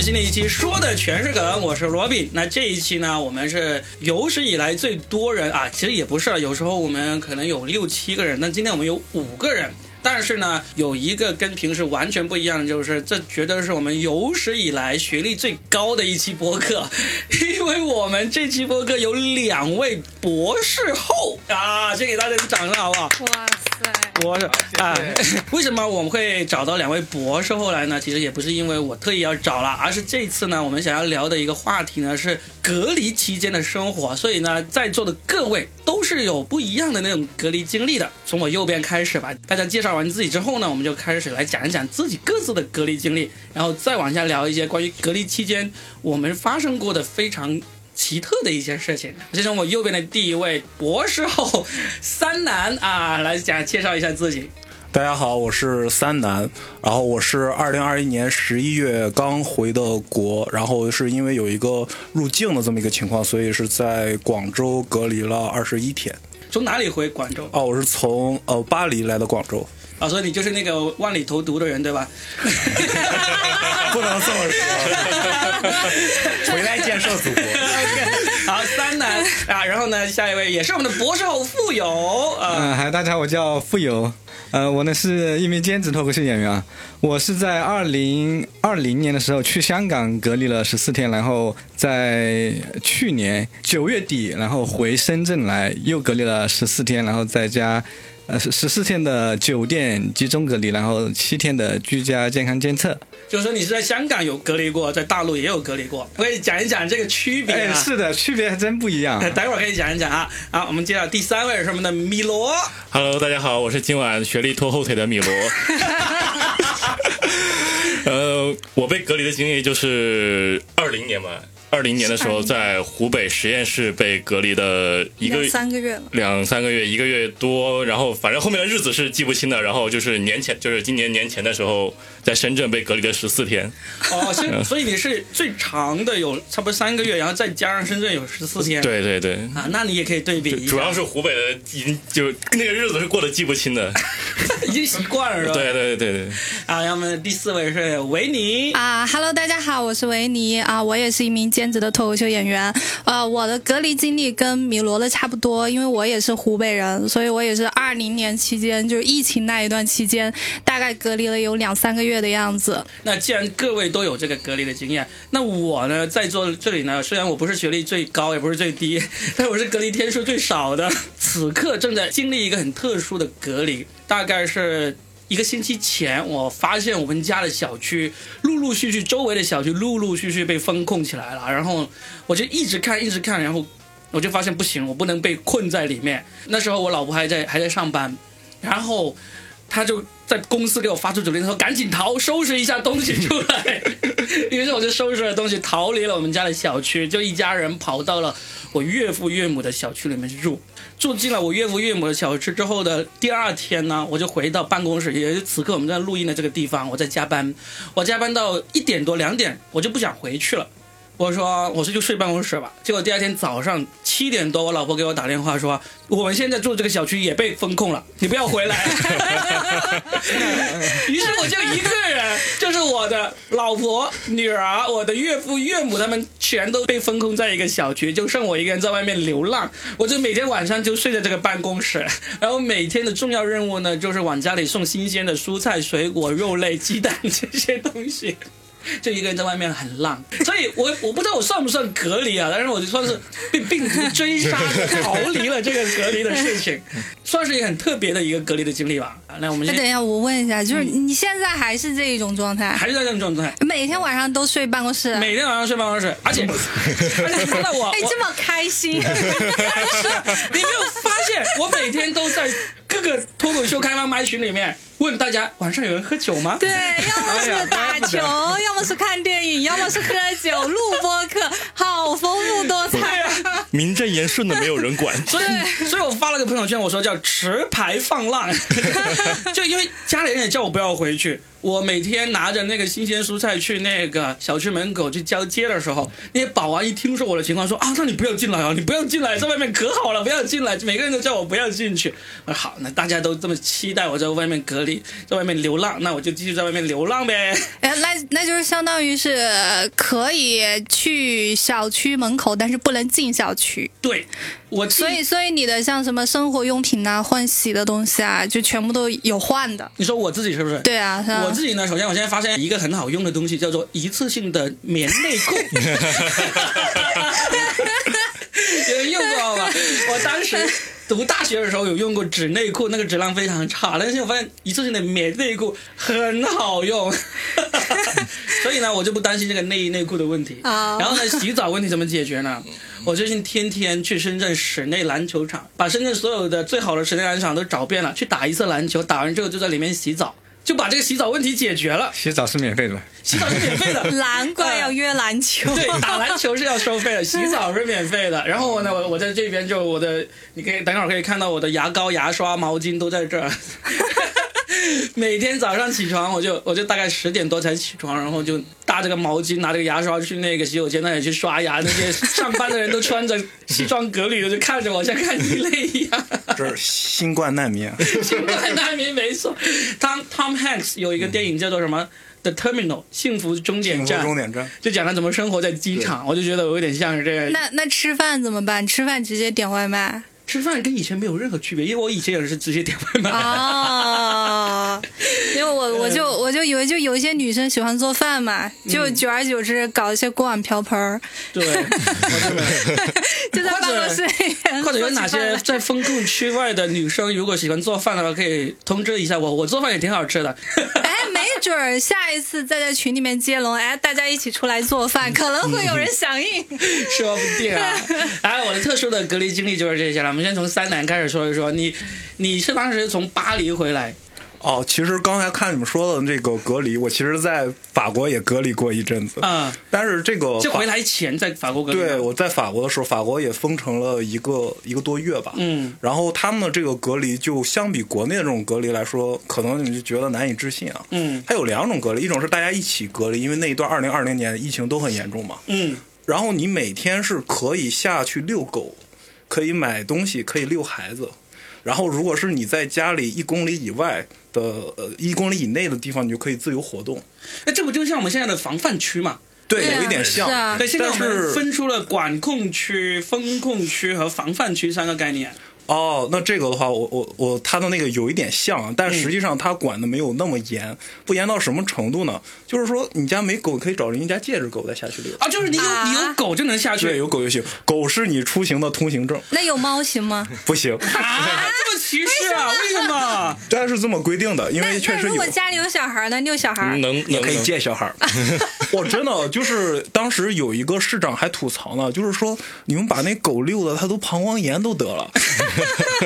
新的一期，说的全是梗，我是罗比。那这一期呢，我们是有史以来最多人啊，其实也不是了，有时候我们可能有六七个人，但今天我们有五个人。但是呢，有一个跟平时完全不一样的，就是这绝对是我们有史以来学历最高的一期播客， 因为我们这期播客有两位博士后啊，先给大家一个掌声好不好？哇塞！博士啊 谢，为什么我们会找到两位博士后来呢？其实也不是因为我特意要找了，而是这次呢，我们想要聊的一个话题呢是隔离期间的生活，所以呢，在座的各位都是有不一样的那种隔离经历的。从我右边开始吧，大家介绍完自己之后呢，我们就开始来讲一讲自己各自的隔离经历，然后再往下聊一些关于隔离期间我们发生过的非常。奇特的一些事情。先从我右边的第一位博士后三男啊来讲介绍一下自己。大家好，我是三男，然后我是二零二一年十一月刚回的国，然后是因为有一个入境的这么一个情况，所以是在广州隔离了二十一天。从哪里回广州哦，我是从呃巴黎来的广州，啊？所以你就是那个万里投毒的人对 吧？不能这么说，回来建设祖国。好，三男啊，然后呢，下一位也是我们的博士后富有啊，嗯，嗨，大家好，我叫付友，呃，我呢是一名兼职脱口秀演员啊。我是在二零二零年的时候去香港隔离了十四天，然后在去年九月底，然后回深圳来又隔离了十四天，然后在家，呃，十十四天的酒店集中隔离，然后七天的居家健康监测。就是说你是在香港有隔离过，在大陆也有隔离过，我以讲一讲这个区别哎，啊。是的，区别还真不一样。待会儿可以讲一讲啊。好，我们介绍第三位是我们的米罗， Hello，大家好，我是今晚学历拖后腿的米罗。呃，我被隔离的经历就是二零年吧，二零年的时候20在湖北实验室被隔离的一个两三个月了，两三个月，一个月多，然后反正后面的日子是记不清的。然后就是年前，就是今年年前的时候，在深圳被隔离了十四天，哦，嗯是，所以你是最长的有差不多三个月，然后再加上深圳有十四天，对对对。啊，那你也可以对比一下，主要是湖北的，已经就那个日子是过得记不清的。 已经习惯了是吧？对对对对，啊，然后我们的第四位是维尼，啊哈喽，大家好，我是维尼啊，我也是一名兼职的脱口秀演员。呃，我的隔离经历跟米罗的差不多，因为我也是湖北人，所以我也是二零年期间，就是疫情那一段期间，大概隔离了有两三个月的样子。那既然各位都有这个隔离的经验，那我呢在座这里呢，虽然我不是学历最高，也不是最低， 但我是隔离天数最少的。此刻正在经历一个很特殊的隔离，大概是。一个星期前，我发现我们家的小区陆陆续续，周围的小区陆陆续续被封控起来了。然后我就一直看，一直看，然后我就发现不行，我不能被困在里面。那时候我老婆还在还在上班，然后他就在公司给我发出指令，说赶紧逃，收拾一下东西出来。 于是我就收拾了东西，逃离了我们家的小区，就一家人跑到了我岳父岳母的小区里面去住。住进了我岳父岳母的小区之后的第二天呢，我就回到办公室，也就是此刻我们在录音的这个地方，我在加班，我加班到一点多两点，我就不想回去了。我说我是就睡办公室吧。结果第二天早上七点多，我老婆给我打电话说，我们现在住这个小区也被封控了，你不要回来。于是我就一个人，就是我的老婆、女儿、啊我的岳父、岳母，他们全都被封控在一个小区，就剩我一个人在外面流浪。我就每天晚上就睡在这个办公室，然后每天的重要任务呢，就是往家里送新鲜的蔬菜、水果、肉类、鸡蛋这些东西。就一个人在外面很浪，所以我我不知道我算不算隔离啊，但是我就算是 被病毒追杀逃离了这个隔离的事 情，嗯算是一个很特别的一个隔离的经历吧。啊那我们那先哎等一下，我问一下，就是你现在还是这一种状态？还是在这种状态，每天晚上都睡办公室？每天晚上睡办公室，而且 而且真的我嗯哎，我这么开 心，你没有发现我每天都在各个脱口秀开放麦群里面问大家晚上有人喝酒吗？ 对，要么是打球， 要么是看电影，要么是喝酒、录播课， 好丰富多彩。名正言顺的没有人管。所以， 所以我发了个朋友圈，我说叫持牌放 浪， 就因为家里人也叫我不要回去。我每天拿着那个新鲜蔬菜去那个小区门口去交接的时候，那些保安一听说我的情况说啊，那你不要进来啊，你不要进来，在外面 可好了，不要进来，每个人都叫我不要进去。我说好，那大家都这么期待我在外面隔离，在外面流浪，那我就继续在外面流浪呗。 哎，那那就是相当于是呃可以去小区门口，但是不能进小区。对，我自己所以，所以你的像什么生活用品呐、换洗的东西啊，就全部都有换的。你说我自己是不是？对啊，是吧我自己呢，首先我现在发现一个很好用的东西，叫做一次性的棉内 裤。有人用过 吗？我当时读大学的时候有用过纸内裤，那个质量非常差，但是我发现一次性的棉内裤很好 用，所以呢，我就不担心这个内衣内裤的问题。啊然后呢，洗澡问题怎么解决呢？我最近天天去深圳室内篮球场，把深圳所有的最好的室内篮球场都找遍了，去打一次篮球，打完之后就在里面洗澡，就把这个洗澡问题解决了。洗澡是免费的吧？洗澡是免费的，难怪要约篮 球。对， 打篮球是要收费的，洗澡是免费的。然后我呢，我我在这边就我的，你可以等会儿可以看到我的牙膏、牙刷、毛巾都在这儿。 每天早上起床，我就我就大概十点多才起床，然后就搭着个毛巾，拿着个牙刷去那个洗手间那里去刷牙。那些上班的人都穿着西装革履的，就看着我像看异类一样。 这是新冠难 民啊，新冠难民没错。Tom Tom Hanks 有一个电影叫做什么《The Terminal》幸福终点幸福站，终点站。就讲他怎么生活在机场，我就觉得我有点像是这样。 那那吃饭怎么办？吃饭直接点外卖吃饭跟以前没有任何区别，因为我以前也是直接点外卖。啊哦，因为我我就嗯我就以为就有一些女生喜欢做饭嘛，就久而久之搞一些锅碗瓢盆儿， 对，就在办公室里面或者有做起哪饭些来在风控区外的女生，如果喜欢做饭的话，可以通知一下我，我做饭也挺好吃的。 哎，没准儿下一次再在群里面接龙，哎，大家一起出来做嗯饭，可能会有人响应。 说不定啊。哎，我的特殊的隔离经历就是这些了。我们先从三南开始说一说，你你是当时从巴黎回来，哦，其实刚才看你们说的这个隔离，我其实在法国也隔离过一阵子，嗯，但是这个就法回来前在法国隔离吗。呃对，我在法国的时候，法国也封城了一个一个多月吧。嗯，然后他们的这个隔离，就相比国内的这种隔离来说，可能你就觉得难以置信啊。嗯它有两种隔离，一种是大家一起隔离，因为那一段二零二零年疫情都很严重嘛。嗯，然后你每天是可以下去遛狗，可以买东西，可以遛孩子。然后如果是你在家里一公里以外的呃一公里以内的地方，你就可以自由活动。那哎这不就像我们现在的防范区嘛？对，对啊有一点像。是啊对，现在我但们是分出了管控区、风控区和防范区三个概念。哦，那这个的话，我我我他的那个有一点像，啊但实际上他管的没有那么严，不严到什么程度呢？就是说你家没狗，可以找人家借只狗再下去遛。啊，就是你有、啊你有狗就能下去，对，有狗就行，狗是你出行的通行 证，那有猫行吗？不行，啊，这么歧视啊？为什么？但是这么规定的，因那为确那实如有果。家里有小孩呢？你有小孩嗯儿能能可以能借小孩儿， 我真的就是当时有一个市长还吐槽呢，就是说你们把那狗遛的，它都膀胱炎都得了。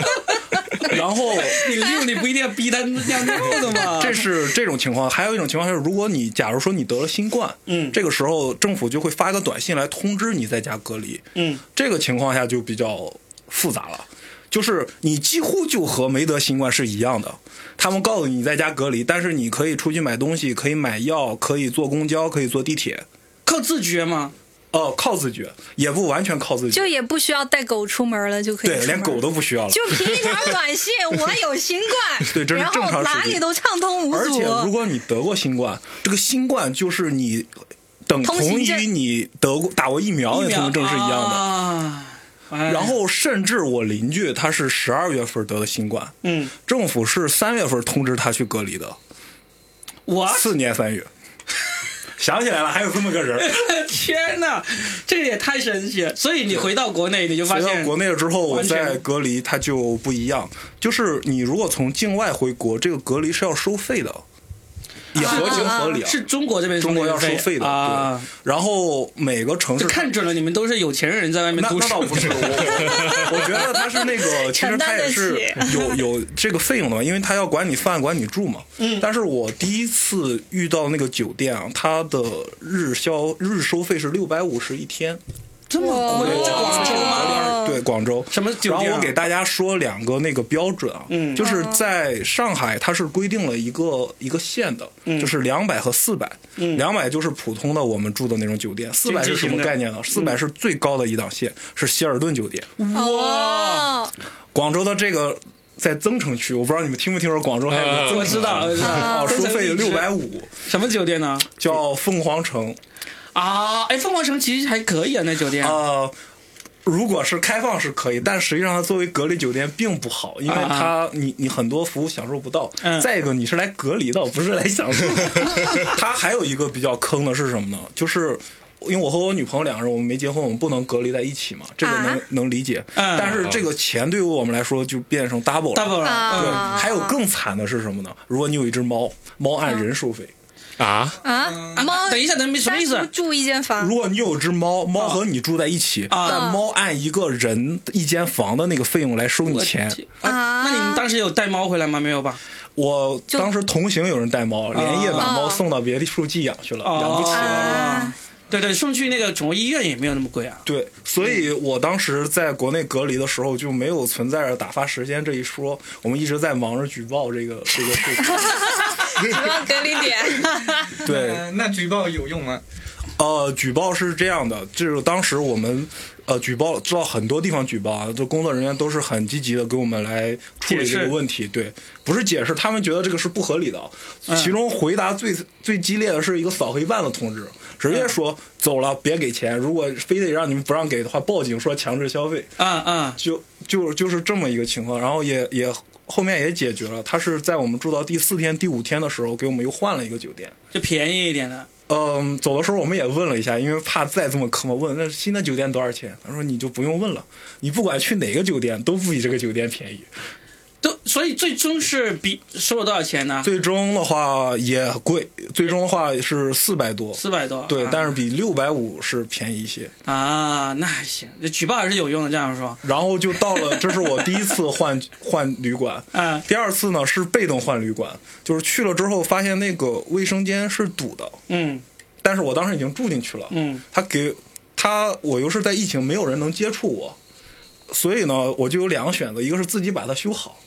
然后你遛你不一定要逼它尿尿的嘛？ 这是这种情况，还有一种情况就是，如果你假如说你得了新冠，嗯这个时候政府就会发一个短信来通知你在家隔离，嗯，这个情况下就比较复杂了，就是你几乎就和没得新冠是一样的，他们告诉你在家隔离，但是你可以出去买东西，可以买药，可以坐公交，可以坐地铁，靠自觉嘛。哦、靠自觉，也不完全靠自就觉，也不需要带狗出门了，就可以对，出门连狗都不需要了。就平常短 信，我有新冠，对这是然正后常时哪间里都畅通无而且如阻。果你得过新冠，这个新冠就是你等通同行证于你得过打过疫苗疫的苗通行证是一样的。啊哎然后甚至我邻居他是十二月份得的新冠，嗯，政府是三月份通知他去隔离的，我四年三 月。想起来了，还有这么个人。天哪，这个也太神奇了。所以你回到国内，你就发回现到国内了之后，我完全再隔离，它就不一样。就是你如果从境外回国，这个隔离是要收费的，也合情合理啊。是中国这边中国要收费的，啊。对。然后每个城市就看准了，你们都是有钱人在外面那读那书倒，不是，我我我觉得他是那 个，其实承他担也得起是有有这个费用的嘛，因为他要管你饭管你住嘛。嗯。但是我第一次遇到那个酒店啊，它的日销日收费是六百五十一天。这么啊贵，对在广州吗？嗯对，广州什么酒店啊然后我给大家说两个那个标准啊，嗯就是在上海，它是规定了一个一个线的，就是两百和四百、嗯两百就是普通的我们住的那种酒店，四百经是什济型么的嗯概念呢？四百是最高的一档线，是希尔顿酒店。哇，广州的这个在增城区，我不知道你们听没听说过广州还有个增城区、呃我知道 我知道呃哦，增收城费一直六百五，什么酒店呢？叫凤凰城啊，哎，凤凰城其实还可以啊，那酒店。啊。呃如果是开放是可以，但实际上它作为隔离酒店并不好，因为啊啊它你你很多服务享受不到。嗯再一个，你是来隔离的，不是来 享受。它还有一个比较坑的是什么呢？就是因为我和我女朋友两个人，我们没结婚，我们不能隔离在一起嘛，这个能、啊能理解。嗯但是这个钱对于我们来说就变成 double 了。 double 了啊嗯对，还有更惨的是什么呢？如果你有一只猫，猫按人收费。啊，啊，猫等一下，等一下什么意思单独住一间房如果你有只猫，猫和你住在一起，啊但猫按一个人一间房的那个费用来收你钱。啊？那你们当时有带猫回来吗？没有吧？我就啊当时同行有人带猫，连夜把猫送到别的处寄养去了，哦养不起了。啊，对对，送去那个宠物医院也没有那么贵啊。对，所以我当时在国内隔离的时候就没有存在着打发时间这一说，我们一直在忙着举报这个这个事情。 主要隔离点对，呃那举报有用吗？呃，举报是这样的，就是当时我们呃举报知道很多地方举报啊，这工作人员都是很积极的给我们来处理解释这个问题。对，不是解释，他们觉得这个是不合理的。其中回答最、最激烈的是一个扫黑办的同志，直接说、走了，别给钱，如果非得让你们不让给的话，报警说强制消费。嗯嗯，就就就是这么一个情况，然后也也后面也解决了。他是在我们住到第四天、第五天的时候，给我们又换了一个酒店。就便宜一点的。嗯，走的时候我们也问了一下，因为怕再这么坑嘛，问那新的酒店多少钱？他说你就不用问了，你不管去哪个酒店都不比这个酒店便宜。啊都，所以最终是比收了多少钱呢？最终的话也贵，最终的话是四百多，四百多。对啊，但是比六百五是便宜一些。啊，那还行，这举报还是有用的。这样说，然后就到了，这是我第一次换换旅馆，嗯第二次呢是被动换旅馆，就是去了之后发现那个卫生间是堵的，嗯但是我当时已经住进去了，嗯，他给他，我又是在疫情，没有人能接触我，所以呢，我就有两个选择，一个是自己把它修好，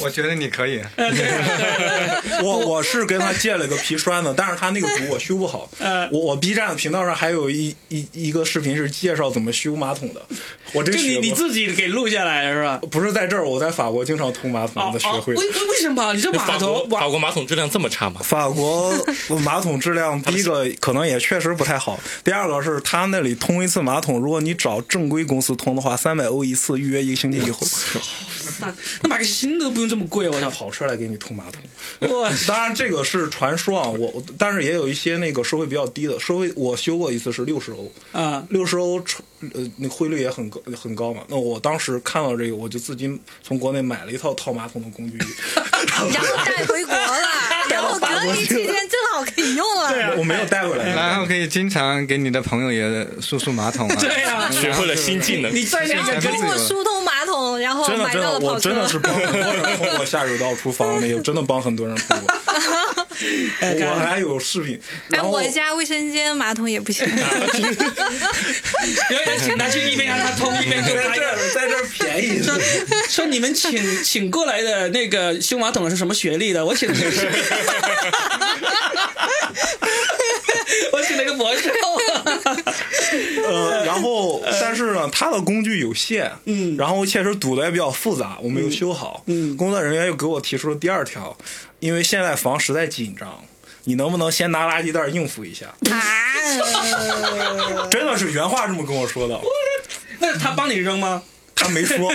我觉得你可以。啊 我我是跟他借了个皮栓子，但是他那个鼓我修不 好，嗯我我 B 站的频道上还有一一一个视频是介绍怎么修马桶的，我真就学你过你自己给录下来是吧？不是在这儿，我在法国经常通马哦桶的学会的。为为为什么？你这 法码 国头法国马桶质量这么差吗？法国马桶质量，第一个可能也确实不太好，第二个是他那里通一次马桶，如果你找正规公司通的话，三百欧一次，预约一个星期以后，那那买个新的不用这么贵，哦我操！跑车来给你通马桶。我当然这个是传说啊，我但是也有一些那个收费比较低的，收费我修过一次是六十欧，啊，六十欧出呃那汇率也很高很高嘛。那我当时看到这个，我就自己从国内买了一套套马桶的工具。然后带回国了，然后隔离期间正好可以用了。我没有带 回来，然后可以经常给你的朋友也漱漱马桶啊。 对呀， 嗯学会了新技能，你在那然后个通过疏通马桶，然后真的哦买真到的，了我跑真车。哎的是 帮很多人通过下水道出方便，也真的帮很多人通过。哎我还有视频，哎，然后我家卫生间马桶也不行，有人请他哎去一边让他通一边给 在 他这儿在这儿便宜。说说你们请请过来的那个修马桶的是什么学历的？我请的 是，我请了个啊博士后。呃，然后但是呢，它的工具有限，嗯，然后确实堵的也比较复杂，我没有修好，嗯，工作人员又给我提出了第二条，因为现在房实在紧张。你能不能先拿垃圾袋应付一下？哎真的是原话这么跟我说的，那他帮你扔吗？他没说。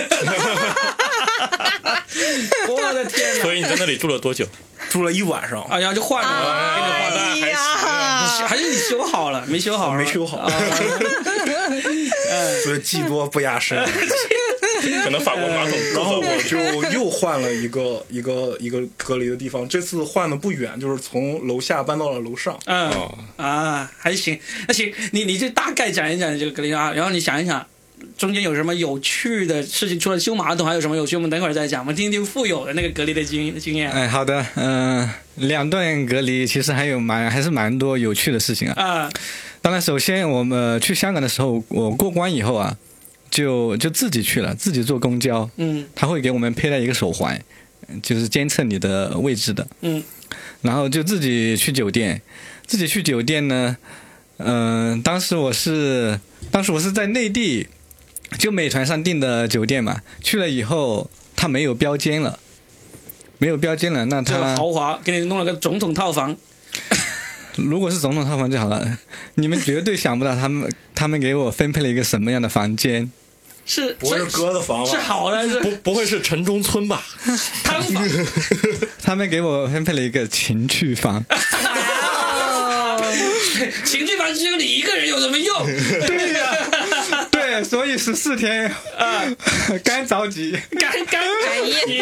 我的天哪！所以你在那里住了多 久？住了一晚上，啊，然后就换了，哎呀，还是你修好了，没修好，没修好， 所以技多不压 身。可能法国马桶然后够哦我就又换了一个一个一个隔离的地方，这次换的不远，就是从楼下搬到了楼上。嗯哦啊，还行，那行，你你就大概讲一讲这个格林啊，然后你想一想。中间有什么有趣的事情？除了修马桶，还有什么有趣？我们等会儿再讲。我们听听富有的那个隔离的经经验啊哎，好的，嗯、两段隔离其实还有蛮还是蛮多有趣的事情啊。哎啊当然，首先我们呃去香港的时候，我过关以后啊，就就自己去了，自己坐公交，嗯他会给我们佩戴一个手环，就是监测你的位置的。嗯然后就自己去酒店，自己去酒呃店呢，嗯、当时我是，当时我是在内地，就美团上订的酒店嘛，去了以后它没有标间了，没有标间了，那这它豪华，给你弄了个总统套房，如果是总统套房就好了， 你们绝对想不到他们他们给我分配了一个什么样的房间，是不是是哥的房吧是？好的，不是不会是城中村吧？ 汤房。 他们给我分配了一个情趣 房，情趣房只有你一个人有什么用？对呀、对，所以十四天啊， 干着急， 干干满意。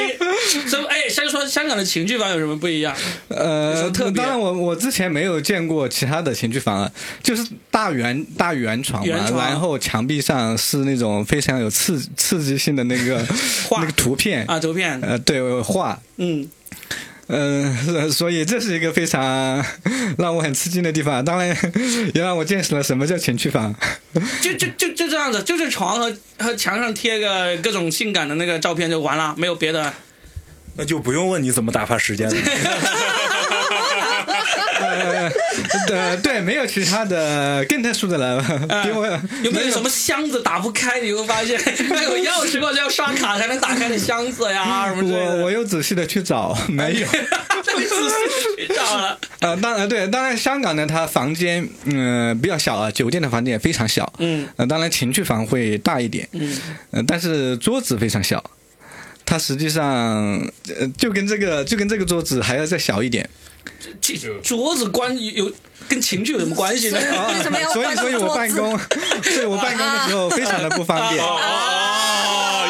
所以哎，先说香港的情趣房有什么不一样？有什呃么，特别当然我我之前没有见过其他的情趣房啊，就是大圆大圆床圆嘛，床然后墙壁上是那种非常有刺刺激性的那个画那个图片，啊，图片，呃，对画。嗯，嗯、呃所以这是一个非常让我很吃惊的地方。当然，也让我见识了什么叫情 趣房。就就就就这样子，就是床和和墙上贴个各种性感的那个照片就完了，没有别的。那就不用问你怎么打发时间了。呃，呃对，没有其他的更特殊的了，啊比我有没有什么箱子打不开？你会 发现要有钥匙或者要刷卡才能打开的箱子呀，什么之类我的。我又仔细的去找，没 有。这个仔细去找了。呃，当然对，当然香港呢，它房间嗯、呃比较小啊，酒店的房间也非常小。嗯呃，当然情趣房会大一点，嗯，呃，但是桌子非常小，它实际上呃就跟这个就跟这个桌子还要再小一点。这桌子关有有跟情趣有什么关系呢？ 为什么要所以换个所以我桌办子 公，所以我办公的时候非常的不方 便。哦，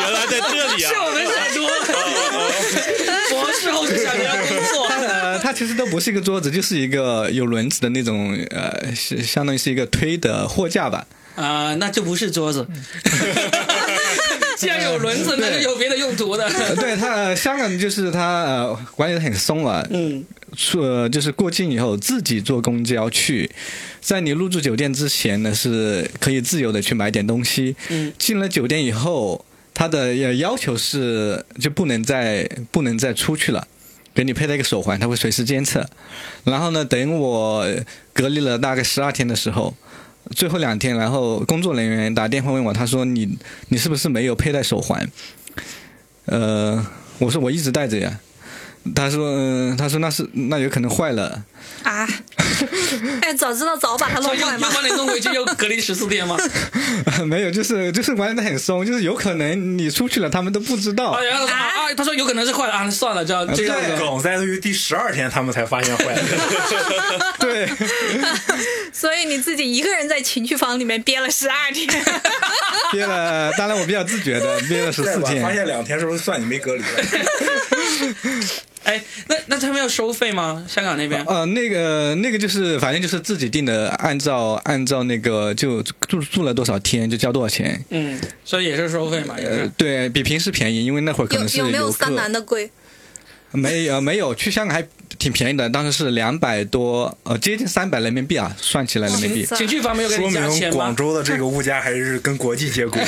原来在这里 是我啊！们太多 了，博士后就想着要工作。 呃，它其实都不是一个桌子，就是一个有轮子的那种，呃，是相当于是一个推的货架吧。啊、那就不是桌子。 既然有轮子，那就有别的用途的。呃、对它、呃，香港就是它呃管理的很松啊了，嗯，呃，就是过境以后自己坐公交去，在你入住酒店之前呢，是可以自由的去买点东西。嗯，进了酒店以后，他的呃要求是就不能再不能再出去了。给你佩戴一个手环，他会随时监测。然后呢，等我隔离了大概十二天的时候，最后两天，然后工作人员打电话问我，他说你你是不是没有佩戴手环？呃，我说我一直戴着呀。他说，嗯、他说那是那有可能坏了。 啊！ 哎，早知道早把它弄所以又坏又嘛。把你弄回去，又隔离十四天嘛。没有，就是就是管理的很松，就是有可能你出去了，他们都不知道哎啊，。然后他说啊啊，他说有可能是坏了啊，那算了，这样这样对子。梗在于第十二天他们才发现坏了。对，所以你自己一个人在情趣房里面憋了十二天，憋了，当然我比较自觉的，憋了十再四晚发天。现两天，是不是算你没隔离了？哎，那那他们要收费吗？香港那边？呃，那个那个就是，反正就是自己定的，按照按照那个就住住了多少天就交多少钱。嗯，所以也是收费嘛，也呃是，。对比平时便宜，因为那会儿可有能嗯是有没有游客三男的贵？没有没有，去香港还挺便宜的，当时是两百多，呃，接近三百人民币啊，算起来人民币。情趣房没有给 说你加明钱吗广？州的这个物价还是跟国际接 轨。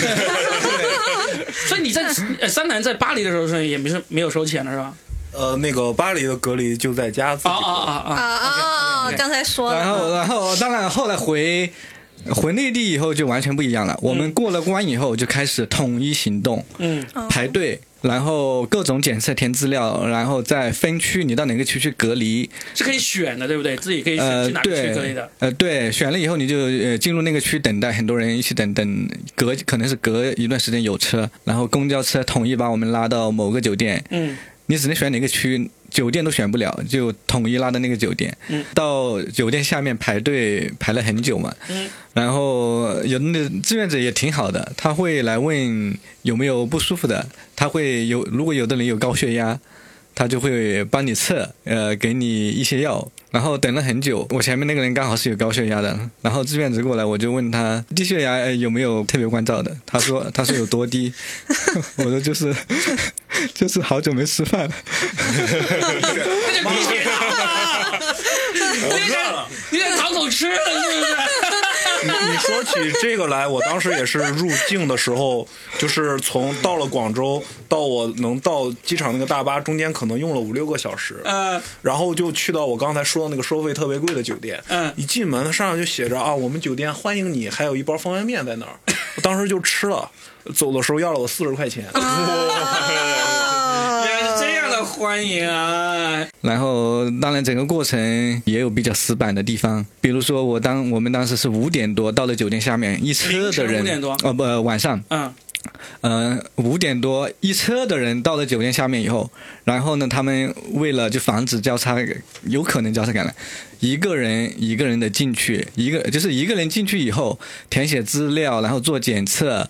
所以你在嗯呃三男在巴黎的时候是也没是没有收钱的是吧？呃，那个巴黎的隔离就在家自己啊隔离。啊啊啊啊！啊啊！刚才说 然后，了，然后，当然后来回回内地以后就完全不一样了。我们过了关以后就开始统一行动，嗯，排队，然后各种检测填资料，然后在分区你到哪个区去隔离，是可以选的，对不对？自己可以选呃去，哪个区可以对的。，呃，对，选了以后你就呃进入那个区等待，很多人一起等等，隔可能是隔一段时间有车，然后公交车统一把我们拉到某个酒店，嗯，你只能选哪个区，酒店都选不了，就统一拉到那个酒店。嗯到酒店下面排队排了很久嘛。嗯然后有的那志愿者也挺好的，他会来问有没有不舒服的，他会有如果有的人有高血压，他就会帮你测，呃，给你一些药。然后等了很久，我前面那个人刚好是有高血压的，然后志愿者过来，我就问他低血压、呃有没有特别关照的，他说他说有 多低，我说就是就是好久没吃饭了。那就低血糖了，你得你得讨口吃了，是不是？你说起这个来，我当时也是入境的时候，就是从到了广州到我能到机场那个大巴，中间可能用了五六个小时，呃，然后就去到我刚才说的那个收费特别贵的酒店。嗯一进门，它上面就写着啊，我们酒店欢迎你，还有一包方便面在那儿。我当时就吃了，走的时候要了我四十块钱。啊呃哦原来是这样的欢迎啊！然后，当然整个过程也有比较死板的地方，比如说我当我们当时是五点多到了酒店下面，一车的凌晨人， 5点多呃不晚上，嗯，呃五点多一车的人到了酒店下面以后，然后呢，他们为了就防止交叉，有可能交叉感染，一个人一个人的进去，一个就是一个人进去以后填写资料，然后做检测，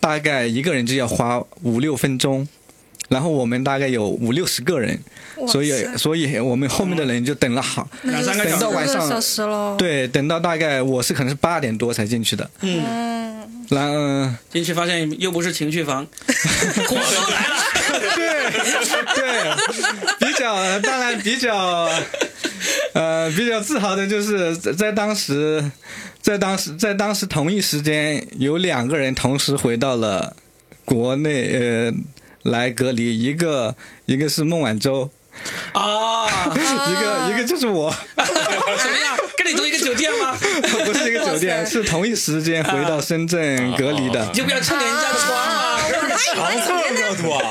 大概一个人就要花五六分钟。然后我们大概有五六十个人，所以所以我们后面的人就等了好，两三个等到小时，晚四上个小时喽。，对，等到大概我是可能是八点多才进去的，嗯，然嗯，进去发现又不是情绪 房，火都来了，对 对，比较当然比较，呃，比较自豪的就是在在当时，在当时在当时同一时间有两个人同时回到了国内呃来隔离，一个一个是孟晚舟，啊， 一个一个就是我， 怎么样？跟你同一个酒店吗？不是一个酒哇店，塞啊是同一时间回到深圳隔离的。你就不要蹭人家的光啊！哎常客热土啊，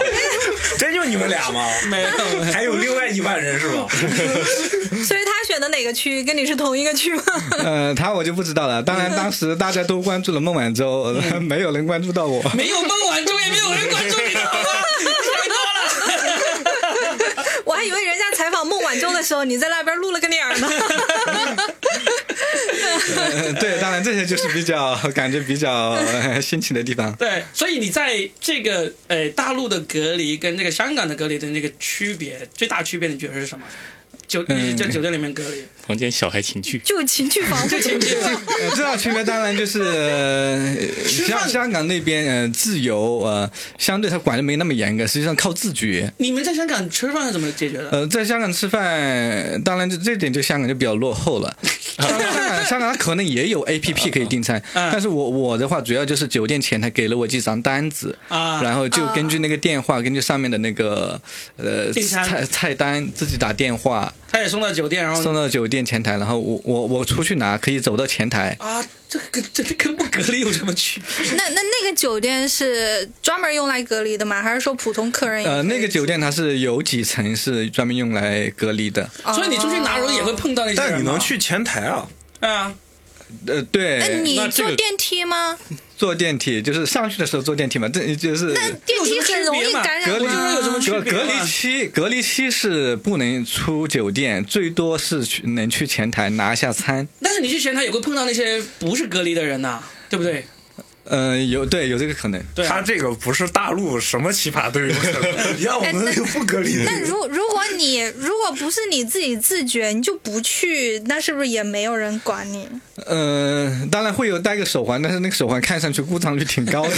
真就你们俩吗？没有，没有还有另外一万人是吧？所以他选的哪个区跟你是同一个 区吗？呃，他我就不知道了。当然，当时大家都关注了孟晚舟，嗯 没有人关注到我。没有孟晚舟，也没有人关注你的 好吗？太多了。我还以为人家采访孟晚舟的时候，你在那边露了个脸 呢。呃 对，当然这些就是比较 感觉比较、 呃新奇的地方。对，所以你在这个呃大陆的隔离跟这个香港的隔离的那个区别，最大区别你觉得是什么？酒嗯你是在酒店里面隔 离，房间小孩情趣，就情趣房，这情绪呃，最大区别当然就是、呃、饭香香港那边呃自由呃，相对它管的没那么严格，实际上靠自觉。你们在香港吃饭是怎么解决的？呃，在香港吃饭，当然这这点就香港就比较落后了。当然香港香港它可能也有 A P P 可以订餐，嗯但是我我的话主要就是酒店前台给了我几张单子，啊，然后就根据那个电话，根据上面的那个呃订餐菜菜单自己打电话他也送到酒店，然后送到酒店前台，然后我我我出去拿，可以走到前台。啊，这个跟这个跟不隔离有什么区别？那那那个酒店是专门用来隔离的吗？还是说普通客人哎也可以？呃，那个酒店它是有几层是专门用来隔离的，啊所以你出去拿时候也会碰到那些人吗但你能去前台啊？啊？呃，那哎对，你那这个坐电梯吗？坐电梯就是上去的时候坐电梯嘛，这就是那电梯很容易感染隔离有什吗？么区别隔吗隔离期，隔离期是不能出酒店，最多是去能去前台拿一下餐。但是你去前台也会碰到那些不是隔离的人呐、对不对？呃，有对有这个可能，对啊他这个不是大陆什么奇葩队伍， 你看我们那个不隔离的那如如果你如果不是你自己自觉，你就不去，那是不是也没有人管你？呃，当然会有戴个手环，但是那个手环看上去故障率挺高 的。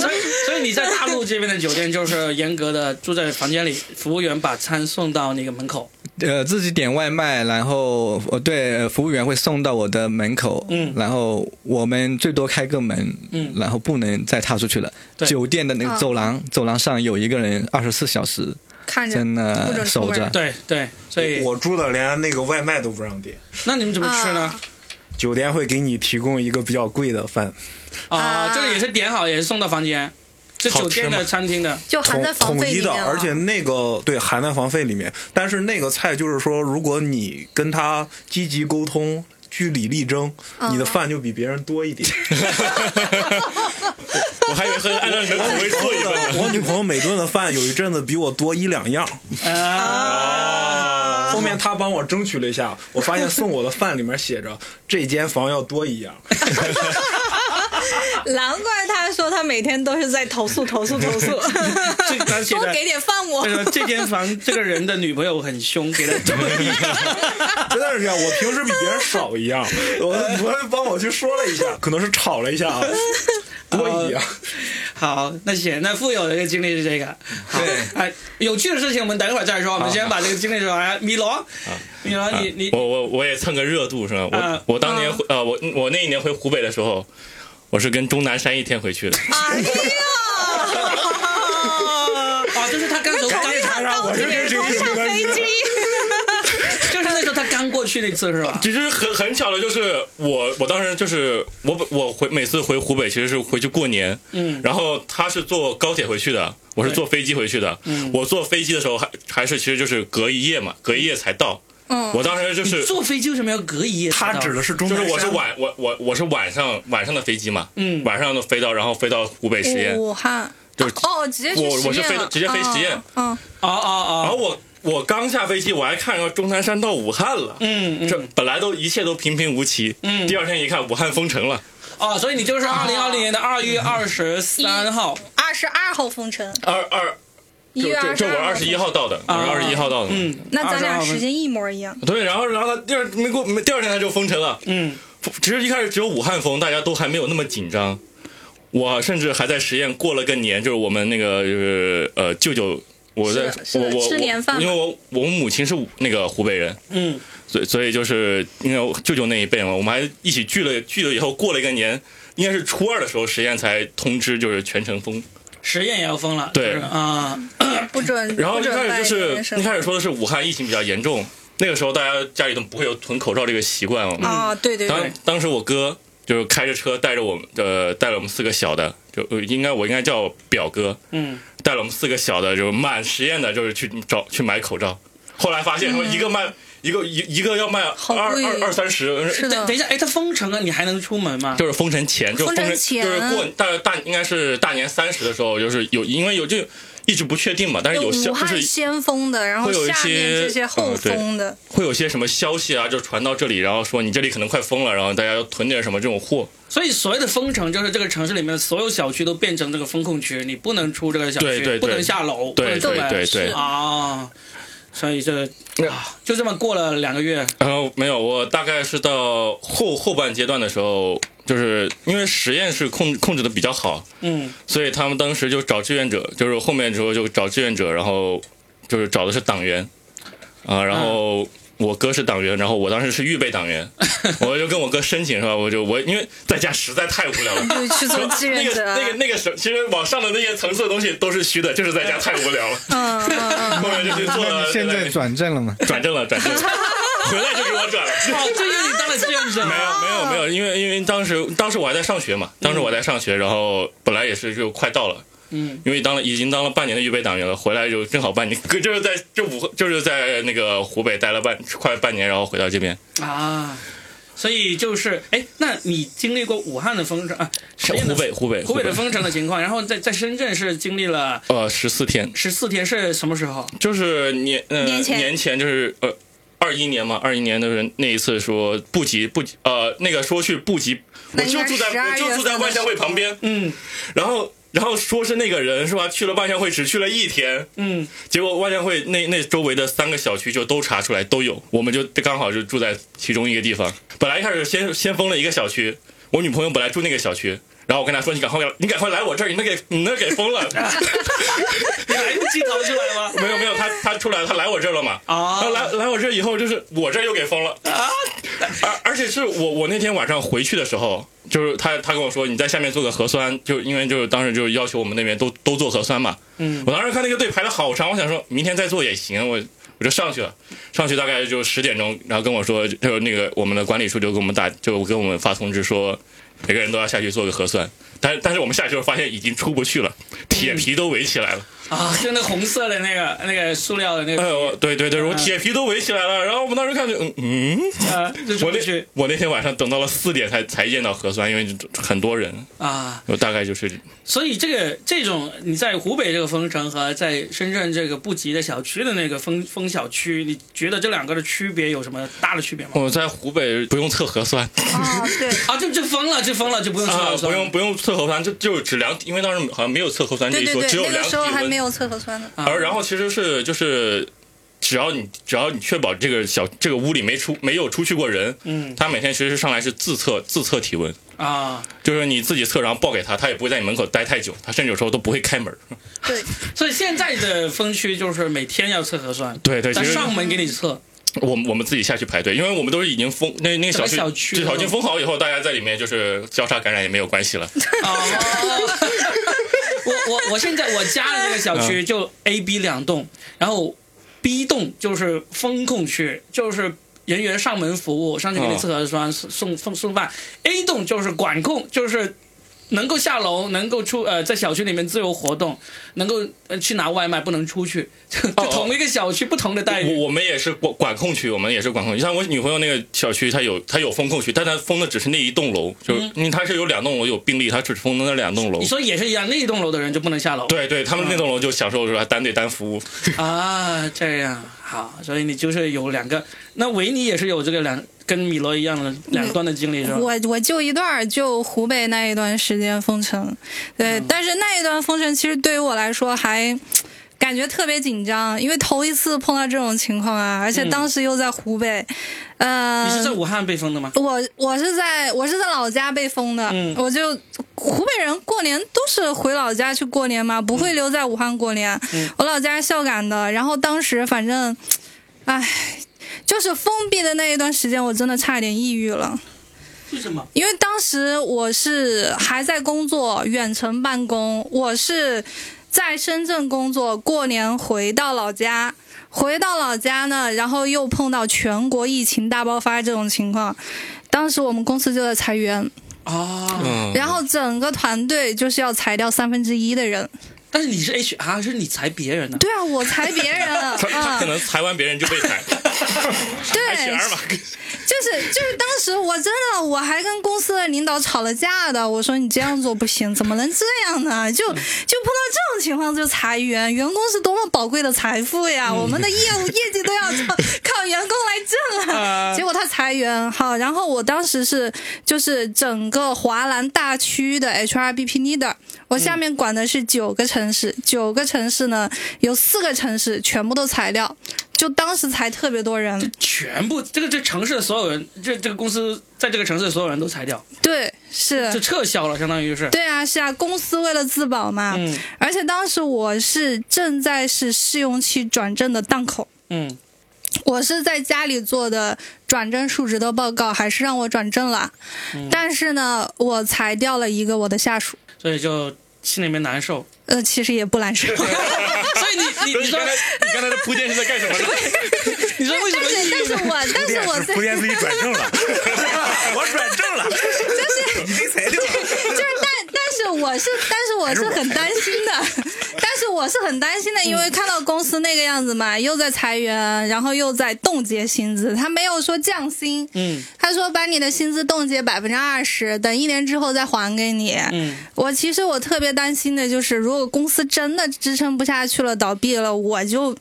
所以，所以你在大陆这边的酒店就是严格的住在房间里，服务员把餐送到那个门口。呃，自己点外卖，然后呃，对，呃服务员会送到我的门口，嗯然后我们最多开个门，嗯然后不能再踏出去了。对酒店的那个走廊，走廊上有一个人二十四小时看着在不那准出守门着。对对，所以我住的连那个外卖都不让点，那你们怎么吃呢？酒店会给你提供一个比较贵的饭，啊，啊就是也是点好，也是送到房间，是酒店好吃的餐厅的。就含统在房统费一里的，面啊了而 且那个对含在房费里面。但是那个菜就是说，如果你跟他积极沟通。据理力争，嗯你的饭就比别人多一点。我还以为是按照你的口味做一份 呢。我女朋友每顿的饭有一阵子比我多一两样，后面她帮我争取了一下，我发现送我的饭里面写着这间房要多一样。难怪他说他每天都是在投诉、投诉、投诉， 这个写多的。给点饭我他。说这间房这个人的女朋友很凶，给他对真的是这样，我平时比别人少一样，我我帮我去说了一下，可能是吵了一下啊，多一样。好，那行，那富有的这个经历是这个。好，哎，有趣的事情我们等一会儿再说，我们先把这个经历说完。米罗，米罗，你你 我我我也蹭个热度是吧？我、啊我当年回呃我我那一年回湖北的时候，我是跟钟南山一天回去的。哎呀，啊，就是他刚从刚，查查我是同上飞机，就是那时候他刚过后去那次是 吧？其实很很巧的，就是我我当时就是我本我回每次回湖北其实是回去过年，嗯然后他是坐高铁回去的，我是坐飞机回去的。嗯我坐飞机的时候还还是其实就是隔一夜嘛，隔一夜才到。嗯我当时就是哦坐飞机为什么要隔一夜才他到？指的是中就山是山，我是晚我我我是晚上晚上的飞机嘛，嗯晚上的飞到然后飞到湖北实验，武汉就是哦，直接去我实验我是飞了直接飞实验，嗯，嗯哦哦然后哦，我我刚下飞机我还看到钟南山到武汉了，嗯嗯这本来都一切都平平无奇，嗯第二天一看武汉封城了，哦，所以你就是二零二零年的二月二十三号，二十二号封城，哦二二一就月就二十就我二二号十一号到的，我啊是二十一号到的，嗯，那咱俩时间，间一模一样。对，然后然后他第二没过没第二天他就封城了，嗯，其实一开始只有武汉封，大家都还没有那么紧张。我甚至还在实验过了个年，就是我们那个就是呃舅舅，我在是我的我吃年饭我因为我我母亲是那个湖北人，嗯，所以所以就是因为我舅舅那一辈嘛，我们还一起聚了聚了以后过了一个年，应该是初二的时候实验才通知就是全城封。实验也要封了，对就是啊，不准。然后不一准开始就拜是年什一么开始说的是武汉疫情比较严重，那个时候大家家里都不会有囤口罩这个习惯哦嘛，啊，对对对当，当时我哥就是开着车带着我们，呃，带了我们四个小的，就呃应该我应该叫表哥，嗯，带了我们四个小的，就是满实验的，就是去找去买口罩。后来发现说一个卖、一个一一个要卖嗯好二贵二二三十，是的等等一下，哎，它封城了，你还能出门吗？就是封城前，就是封城前就是过大大应该是大年三十的时候，就是有因为有就一直不确定嘛，但是有消武就汉是先封的，然后会有一下面些嗯这些后封的，会有些什么消息啊，就传到这里，然后说你这里可能快封了，然后大家要囤点什么这种货。所以所谓的封城，就是这个城市里面的所有小区都变成这个风控区，你不能出这个小区，对对对不能下楼，不对能出对门对对，啊，所以这啊，就这么过了两个月，然后没有，我大概是到后后半阶段的时候，就是因为实验室控控制的比较好，嗯 所以他们当时就找志愿者，就是后面之后就找志愿者，然后就是找的是党员，啊、然后我哥是党员，然后我当时是预备党员，我就跟我哥申请是吧？我就我因为在家实在太无聊了。就去做志 那愿个者。那个那个什，其实网上的那些层次的东西都是虚的，就是在家太无 聊了，嗯嗯嗯，后面就去做那 了。你现在转正了吗？ 转正了，转正了，回来就给我转了。 哦，这就是你当了志愿者，没有没有没有，因为因为当时当时我还在上学嘛，当时我还在上学，然后本来也是就快到了，嗯，因为当了已经当了半年的预备党员了，回来就正好半年， 就是在就武就是在那个湖北待了半快半年，然后回到这边，啊，所以就是哎，那你经历过武汉的封城啊，实验的湖北湖北湖北的封城的 情况，然后在在深圳是经历了呃十四天，十四天，是什么时候？就是年呃年前就是呃二一年嘛，二一年的人那一次说不急不急呃那个说去不急，我那应就该住在12我就住月份在的万象汇旁边，嗯然后然后说是那个人是吧？去了万象汇只去了一天，嗯，结果万象汇那那周围的三个小区就都查出来都有，我们就刚好就住在其中一个地方。本来一开始先先封了一个小区，我女朋友本来住那个小区，然后我跟她说你赶快你赶快来我这儿，你那给你那给封 了。你来不及逃出来 吗？没有没有，她她出来了她来我这儿了嘛？啊她来来我这儿以后，就是我这儿又给封了，而而且是我我那天晚上回去的时候，就是她她跟我说你在下面做个核酸，就因为就是当时就要求我们那边都都做核酸嘛，嗯我当时看那个队排的好长，我想说明天再做也行，我我就上去了，上去大概就十点钟，然后跟我说，就是那个我们的管理处就给我们打，就给我们发通知说，每个人都要下去做个核酸。但但是我们下去之后发现已经出不去了，铁皮都围起来了。啊，就那红色的那个那个塑料的那哎个，呦，对对对，我铁皮都围起来了。然后我们当时看就嗯嗯，啊，就出我不去那我那天晚上等到了四点才才验到核酸，因为就很多人，啊。我大概就是所以这个这种你在湖北这个封城和在深圳这个不吉的小区的那个封封小区，你觉得这两个的区别有什么大的区别吗？我在湖北不用测核酸。哦对，啊，就就封了，就封了，就不用测啊了，，是吧不用不用测核酸，就就只量，因为当时好像没有测核酸这对一说，对只有对，那量个体时候还没温。有测核 酸呢。啊而然后其实是就是，只要你只要你确保这个小这个屋里没出没有出去过人，嗯他每天其实上来是自测自测体温，啊，就是你自己测，然后报给他，他也不会在你门口待太久，他甚至有时候都不会开门。对，所以现在的封区就是每天要测核酸，对对，他其实上门给你测，我们我们自己下去排队，因为我们都是已经封那那个小区，整个小区对小区封好以后，大家在里面就是交叉感染也没有关系了。 哦，我我我现在我家的那个小嗯区就 A、B 两栋，然后 B 栋就是风控区，就是人员上门服务，上去给你哦测核酸、送送送饭。A 栋就是管控，就是能够下楼，能够出呃在小区里面自由活动，能够呃去拿外卖，不能出去。 就哦就同一个小区不同的待遇。我我们也是管管控区，我们也是管控区。像我女朋友那个小区，它有它有封控区，但它封的只是那一栋楼，就、因为它是有两栋楼有病例，它只封了那两栋楼嗯你。说也是一样，那一栋楼的人就不能下楼。对对，他们那栋楼就享受说单对单服务，啊，这样好，所以你就是有两个。那维尼也是有这个两跟米罗一样的两端的经历是啊吧？我我就一段儿，就湖北那一段时间封城，对，嗯但是那一段封城其实对于我来说还。感觉特别紧张，因为头一次碰到这种情况啊，而且当时又在湖北，呃，嗯你是在武汉被封的吗？我我是在我是在老家被封的，嗯我就湖北人过年都是回老家去过年嘛，不会留在武汉过年。嗯我老家是孝感的，然后当时反正，唉，就是封闭的那一段时间，我真的差点抑郁了。为什么？因为当时我是还在工作，远程办公，我是在深圳工作，过年回到老家。回到老家呢，然后又碰到全国疫情大爆发这种情况，当时我们公司就在裁员，啊，嗯，然后整个团队就是要裁掉三分之一的人。但是你是 HR，是你裁别人呢、对啊，我裁别人啊， 他他可嗯能裁完别人就被 裁，裁对， HR 吧，就是就是当时我真的我还跟公司的领导吵了架的，我说你这样做不行，怎么能这样呢？就就碰到这种情况就裁员，员工是多么宝贵的财富呀，我们的业务业绩都要靠靠员工来挣啊。结果他裁员，好，然后我当时是就是整个华南大区的 HRBP leader。我下面管的是九个城市，九、个城市呢，有四个城市全部都裁掉，就当时裁特别多人。全部这个这城市的所有人，这这个公司在这个城市的所有人都裁掉，对，是就撤销了，相当于是。对啊，是啊，公司为了自保嘛。嗯而且当时我是正在是试用期转正的档口，嗯，我是在家里做的转正述职的报告，还是让我转正了。但是呢，我裁掉了一个我的下属，所以就心里面难 受。呃，其实也不难受。所以你你说你你说刚才你刚才的铺垫是在干什么呢？你说为什么但是，但抑郁是呢？我，但是我在铺垫自己转正 了，我转正了，就是没材料。就是但但是我是，但是我是很担心的，但是我是很担心的，因嗯为看到公司那个样子嘛，又在裁员，然后又在冻结薪资，他没有说降薪，嗯他说把你的薪资冻结百分之二十，等一年之后再还给你。嗯，我其实我特别担心的就是，如果公司真的支撑不下去了，倒闭了，我就。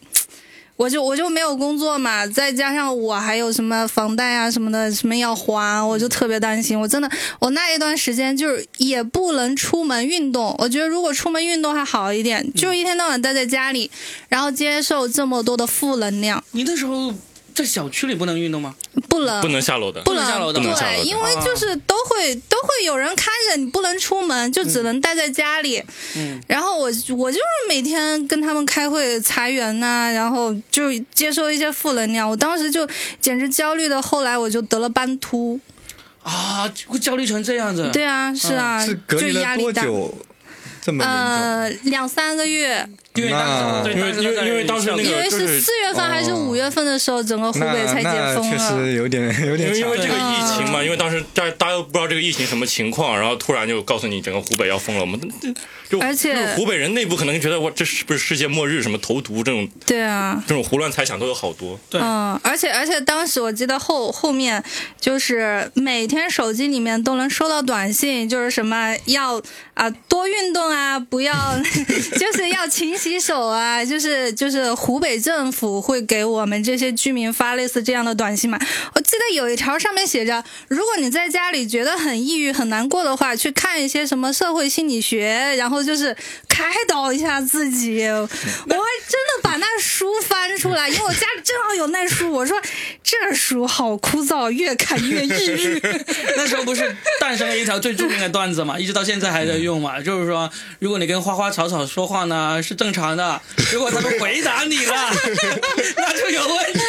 我就我就没有工作嘛，再加上我还有什么房贷啊什么的，什么要还，我就特别担心。我真的，我那一段时间就是也不能出门运动。我觉得如果出门运动还好一点，就是一天到晚待在家里，然后接受这么多的负能量，你那时候在小区里不能运动吗？不能不能下楼的，不能下楼的不能下楼对，的因为就是都会、都会有人看着你，不能出门，就只能待在家里。嗯，然后我我就是每天跟他们开会裁员呐、然后就接受一些负能量，我当时就简直焦虑的，后来我就得了斑秃。啊，会焦虑成这样子。对啊，是啊，是隔就离压了力多大。久？这么严呃，两三个月，因为当时，对当时那因为因为因为当时那个因为就是是四月份还是哦五月份的时候，整个湖重？北才那解那封确了。实有点有因点为因长为。这个对疫情嗯嘛，因为当时大大家都不知道这个疫情什么情况，然后突然就告诉你整个湖北要封了，我们 就而且就是湖北人内部可能觉得我这是不是世界末日什么投毒这种对啊，这种胡乱猜想都有好多，对嗯，而且而且当时我记得后后面就是每天手机里面都能收到短信，就是什么要啊、多运动啊，不要就是要勤洗手啊，就是就是湖北政府会给我们这些居民发类似这样的短信嘛。我记得有一条上面写着，如果你在家里觉得很抑郁、很难过的话，去看一些什么社会心理学，然后就是开导一下自己。我还真的把那书翻出来，因为我家里正好有那书。我说这书好枯燥，越看越抑郁。 那时候不是诞生了一条最著名的段子嘛，一直到现在还在用嘛，就是说，如果你跟花花草草说话呢是正常的，如果他们回答你了， 那就有问题。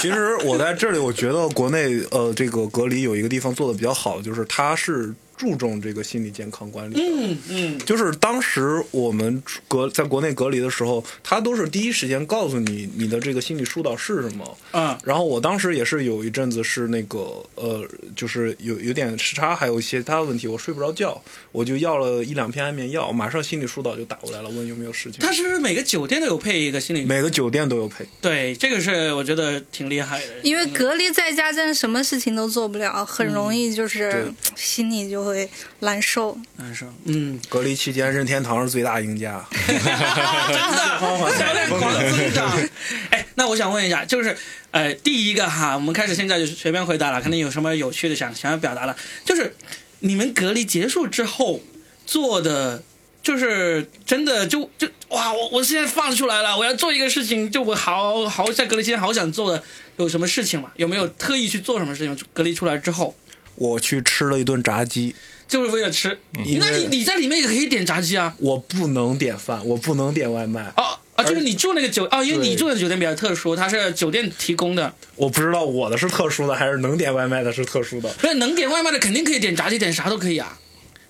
其实我在这里，我觉得国内呃，这个隔离有一个地方做的比较好，就是它是注重这个心理健康管理。嗯嗯，就是当时我们隔在国内隔离的时候，他都是第一时间告诉你你的这个心理疏导是什么。嗯然后我当时也是有一阵子是那个呃，就是有有点时差，还有一些其他问题，我睡不着觉，我就要了一两片安眠药，马上心理疏导就打过来了，问有没有事情。他是不是每个酒店都有配一个心理？每个酒店都有配，对，这个是我觉得挺厉害的。因为隔离在家真的什么事情都做不了，很容易就是嗯心里就会难受。难受，嗯，隔离期间任天堂是最大赢家。真的，销量狂增长。 哎，那我想问一下，就是呃，第一个哈，我们开始现在就随便回答了，看你有什么有趣的想想要表达的，就是你们隔离结束之后做的。就是真的就就哇！我我现在放出来了，我要做一个事情，就我好好在隔离期间好想做的有什么事情嘛？有没有特意去做什么事情？就隔离出来之后，我去吃了一顿炸鸡，就是为了吃。因那你为你在里面也可以点炸鸡啊！我不能点饭，我不能点外卖。哦啊，就是你住那个酒哦，因为你对住的酒店比较特殊，它是酒店提供的，我不知道我的是特殊的还是能点外卖的是特殊的。不是能点外卖的肯定可以点炸鸡，点啥都可以啊，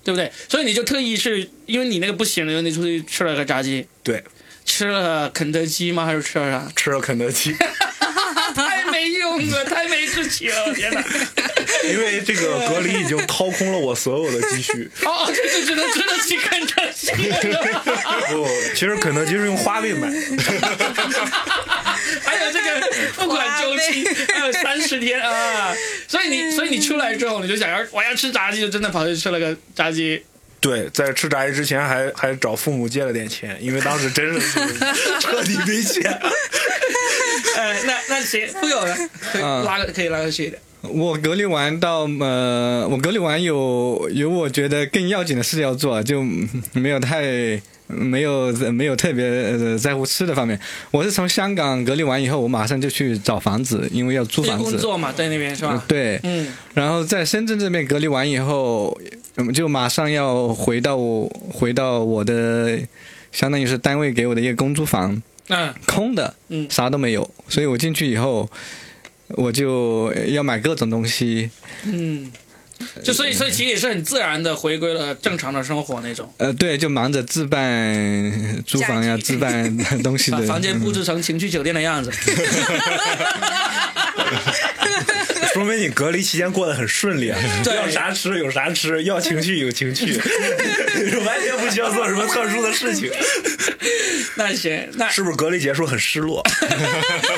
对不对？所以你就特意是因为你那个不行了，你出去吃了个炸鸡，对，吃了肯德基吗？还是吃了啥？吃了肯德基，太没用了，太没志气了，我天哪！因为这个隔离已经掏空了我所有的积蓄。 哦，这就只能吃了去肯德基了。不，其实肯德基是用花呗买的。还有这个 不管周期，还有三十天啊！所以你，所以你出来之后，你就想要我要吃炸鸡，就真的跑去吃了个炸鸡。对，在吃炸鸡之前还还找父母借了点钱，因为当时真是彻底没钱。呃，那那谁富有呢？嗯可以拉个可以拉过去一点。我隔离完到呃，我隔离完有有我觉得更要紧的事要做，就嗯没有太没有没有特别呃在乎吃的方面。我是从香港隔离完以后，我马上就去找房子，因为要租自己房工子。作嘛，在那边是嗯吧？对，嗯，然后在深圳这边隔离完以后，嗯就马上要回到我回到我的，相当于是单位给我的一个公租房，嗯空的，嗯啥都没有。所以我进去以后，我就要买各种东西，嗯，就所以所以其实也是很自然的回归了正常的生活那种，呃，对，就忙着置办租房呀，置办东西把的。嗯房间 布置成情趣酒店的样子。嗯说明你隔离期间过得很顺利啊，对要啥吃有啥吃，要情趣有情趣，完全不需要做什么特殊的事情。那行， 那是不是隔离结束很失 落？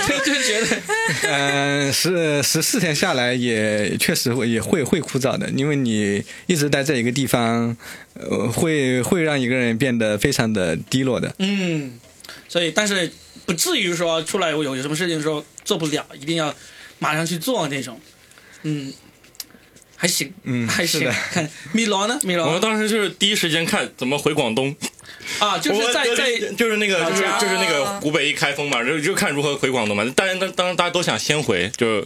就就觉得嗯，十十四天下来也确实会也会会枯燥的，因为你一直待在一个地方，呃，会会让一个人变得非常的低落的。嗯，所以但是不至于说出来我有有什么事情说做不了，一定要马上去做那种，嗯。还行，嗯还是行。的看 米罗呢，米我们罗当时就是第一时间看怎么回广东，啊，就是在我在就是那个就是啊就是那个湖北一开封嘛，就就看如何回广东嘛。当然当当然大家都想先回，就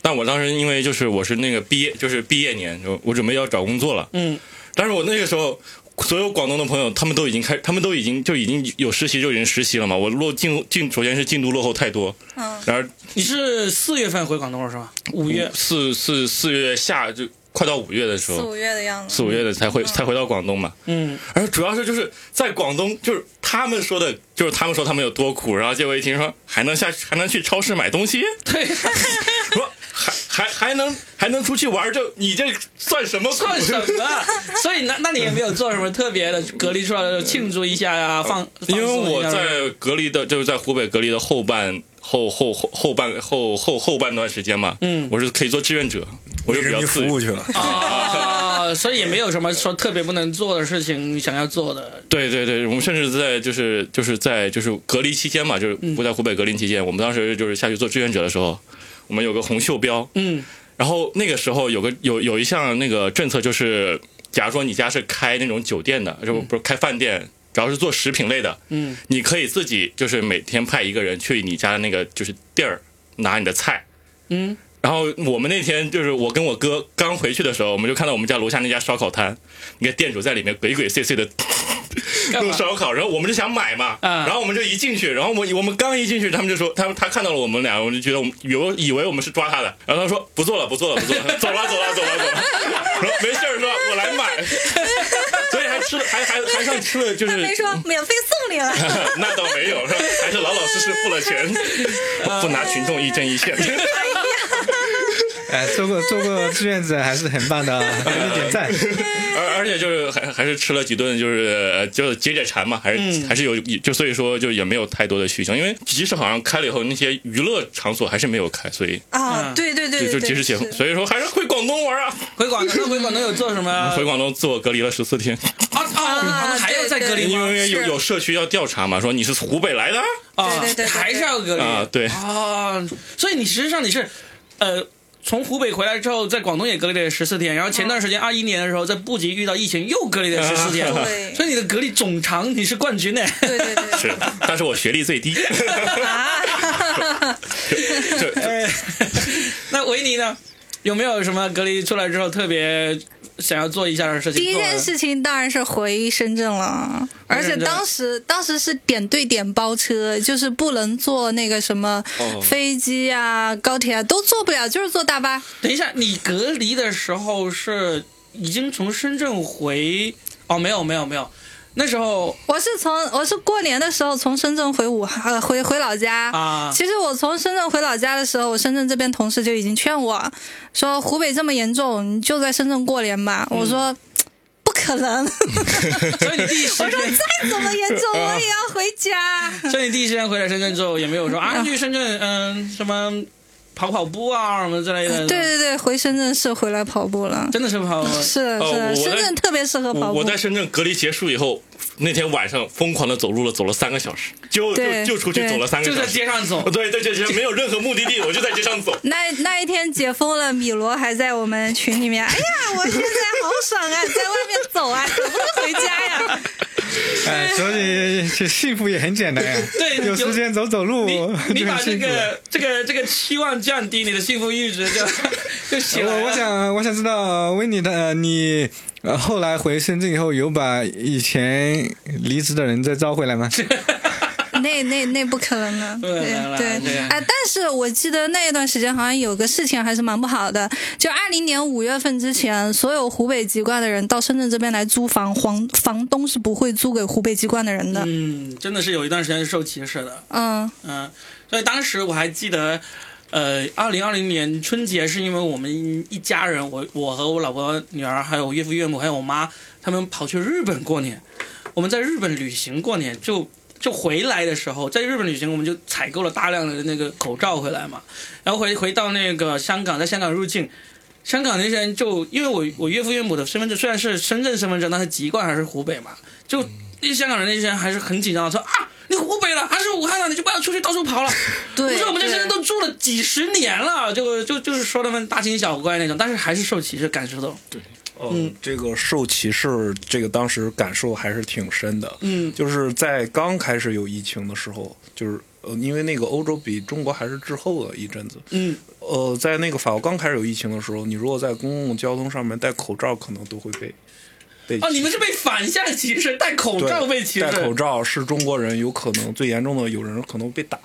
但我当时因为就是我是那个毕业就是毕业年，就我准备要找工作了，嗯，但是我那个时候。所有广东的朋友，他们都已经开，他们都已经就已经有实习，就已经实习了嘛。我落进进，首先是进度落后太多，嗯，然而你是四月份回广东了是吧？五月四四四月下就快到五月的时四候，五月的样子。四五月的才回才回到广东嘛。嗯，而主要是就是在广东，就是他们说的，就是他们说他们有多苦，然后结果一听说还能下还能去超市买东西，对， 说还还还能还能出去玩儿，这你这算什么苦？算什么？所以那那你也没有做什么特别的，隔离出来的时候庆祝一下呀、放因为放松一我下在隔离的，就是在湖北隔离的后半后后后后半后后后半段时间嘛，嗯我是可以做志愿者，我就为人比较民自服由务。去了。啊，所以也没有什么说特别不能做的事情想要做的。对对对，我们甚至在就是就是在就是隔离期间嘛，就是不在湖北隔离期间，我们当时就是下去做志愿者的时候，我们有个红袖标，嗯然后那个时候有个有有一项那个政策，就是假如说你家是开那种酒店的，就不是开饭店，只要是做食品类的，嗯，你可以自己就是每天派一个人去你家的那个就是地儿拿你的菜。嗯，然后我们那天就是我跟我 哥刚回去的时候，我们就看到我们家楼下那家烧烤摊，那个店主在里面鬼鬼祟祟的干弄嘛？烧烤，然后我们就想买嘛，啊然后我们就一进去，然后我们我们刚一进去，他们就说他们他看到了我们俩，我们就觉得我们以为以为我们是抓他的，然后他说不做了不做了不做了，走了走了走了走了，说没事儿说我来买，所以还吃了还还还上吃了就是他没说免费送你了， 那倒没有，还是老老实实付了钱，不拿群众一针 一线。哎，做过做过志愿者还是很棒的，啊，给你点赞。而而且就是还还是吃了几顿，就是呃就是解解馋嘛，还是、嗯还是有就所以说就也没有太多的需求，因为即使好像开了以后，那些娱乐场所还是没有开，所以啊，嗯对对对就对就对，即使解封，是所以说还是回广东玩啊，回广东，那回广东有做什么？啊回广东自我隔离了十四天，啊，回广东还要再隔离因吗？为有是有社区要调查嘛，说你是湖北来的啊啊对对对对，对还是要隔离啊对啊，所以你实际上你是，呃。从湖北回来之后，在广东也隔离了十四天，然后前段时间二一年的时候，在布吉遇到疫情又隔离了十四天，啊对所以你的隔离总长你是冠军呢。对对对，是，但是我学历最低，啊，就哎，那维尼呢？有没有什么隔离出来之后特别想要做一下的事情？第一件事情当然是回深圳了，回而深且圳当时当时是点对点包车，就是不能坐那个什么哦飞机啊、高铁啊都坐不了，就是坐大巴。等一下，你隔离的时候是已经从深圳回？哦，没有没有没有，那时候我是从我是过年的时候从深圳回武汉，呃回回老家啊其实我从深圳回老家的时候，我深圳这边同事就已经劝我说：“湖北这么严重，你就在深圳过年嗯吧。我说：“不可 能， 所以你第一时我说间，再怎么严重，啊我也要回家。 所以你第一时间回来深圳之后也没有说啊去深圳嗯、什么跑跑步啊什么之类的。对对对，回深圳是回来跑步了。真的是 跑。是的是哦的，我深圳特别适合我跑步我。在深圳隔离结束以后，那天晚上疯狂的走路了，走了三个小时，就就对就出去对走了三个就小在时。街上走，对对对对，没有任何目的地，我就在街上走。那那一天解封了，米罗还在我们群里面。哎呀，我现在好爽啊，在外面走啊，怎么能回家呀？哎，所以其实幸福也很简单呀。对有时间走走路你你就把很这幸福。个这个这个期望降低，你的幸福阈值 就就行了。呃我我想我想知道维尼的呃你呃后来回深圳以后有把以前离职的人再招回来 吗？那那那不可能的，不可能了对对哎、但是我记得那一段时间好像有个事情还是蛮不好的，就二零年五月份之前，所有湖北籍贯的人到深圳这边来租房，房房东是不会租给湖北籍贯的人的。嗯，真的是有一段时间是受歧视的，嗯，嗯，所以当时我还记得，呃，二零二零年春节是因为我们一家人，我我和我老婆、女儿，还有岳父岳母，还有我妈，他们跑去日本过年，我们在日本旅行过年就。就回来的时候，在日本旅行，我们就采购了大量的那个口罩回来嘛，然后回回到那个香港，在香港入境，香港那些人就因为我我岳父岳母的身份证虽然是深圳身份证，但是籍贯还是湖北嘛，嗯就那香港人那些人还是很紧张的说啊，你湖北了还是武汉了，你就不要出去到处跑了。对我说我们这些人对都住了几十年了，就就就是说他们大惊小怪那种，但是还是受歧视感受到。嗯，这个受歧视，这个当时感受还是挺深的。嗯就是在刚开始有疫情的时候，就是呃，因为那个欧洲比中国还是滞后了一阵子。嗯，呃，在那个法国刚开始有疫情的时候，你如果在公共交通上面戴口罩，可能都会被被哦，你们是被反向歧视，戴口对罩被歧视。戴口罩是中国人有可能最严重的，有人可能被打。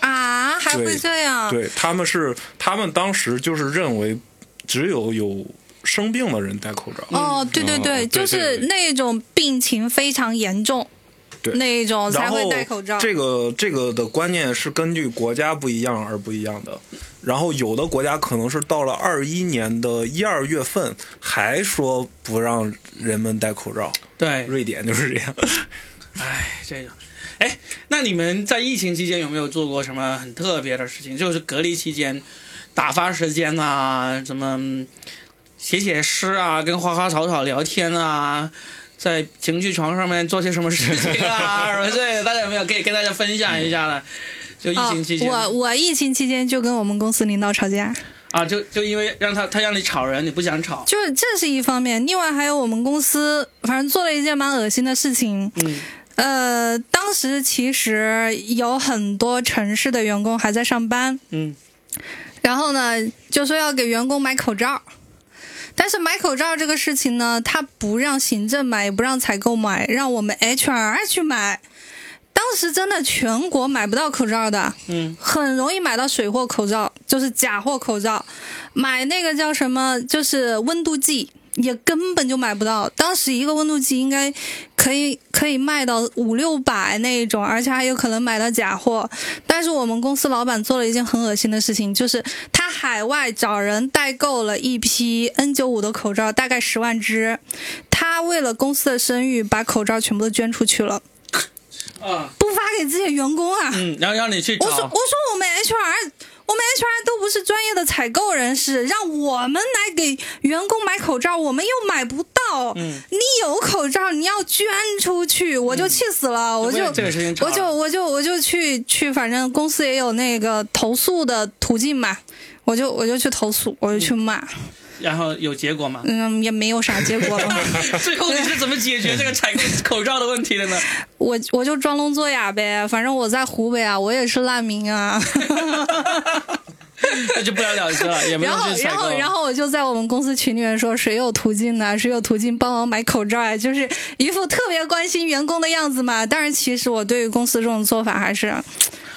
啊，还会这样？对，他们是他们当时就是认为只有有生病的人戴口嗯罩。哦，对对对，哦对就是对对那种病情非常严重，对那一种才然会后戴口罩。这个这个的观念是根据国家不一样而不一样的。然后有的国家可能是到了二一年的一二月份还说不让人们戴口罩，对，瑞典就是这样。哎，这个，哎，那你们在疫情期间有没有做过什么很特别的事情？就是隔离期间，打发时间啊，什么嗯写写诗啊，跟花花草草聊天啊，在情绪床上面做些什么事情啊，什么之类的，大家有没有可以跟大家分享一下的？就疫哦情期间、我我疫情期间就跟我们公司领导吵架。啊，就就因为让他他让你吵人，你不想吵，就是这是一方面，另外还有我们公司，反正做了一件蛮恶心的事情。嗯呃，当时其实有很多城市的员工还在上班，嗯，然后呢，就说要给员工买口罩。但是买口罩这个事情呢，它不让行政买，也不让采购买，让我们 HR 去买。当时真的全国买不到口罩的，嗯，很容易买到水货口罩，就是假货口罩，买那个叫什么，就是温度计，也根本就买不到。当时一个温度计应该可以可以卖到五六百那一种，而且还有可能买到假货。但是我们公司老板做了一件很恶心的事情，就是他海外找人代购了一批 N95 的口罩，大概十万只，他为了公司的声誉，把口罩全部都捐出去了，啊，不发给自己的员工啊。嗯，然后让你去我说我找，说我们 HR，我们 HR 都不是专业的采购人士，让我们来给员工买口罩，我们又买不到。嗯，你有口罩，你要捐出去，我就气死了，我就这个事情吵我就我就我就去去，反正公司也有那个投诉的途径嘛。我就我就去投诉，我就去骂，然后有结果吗？嗯，也没有啥结果了。 最后你是怎么解决这个采购口罩的问题的呢？我我就装聋作哑呗，反正我在湖北啊，我也是难民啊。那 就不了了之了，也不然用后去，采然购后，。然后我就在我们公司群里面说，谁有途径呢、谁有途径帮忙买口罩啊？就是一副特别关心员工的样子嘛。但是其实我对于公司这种做法 还是，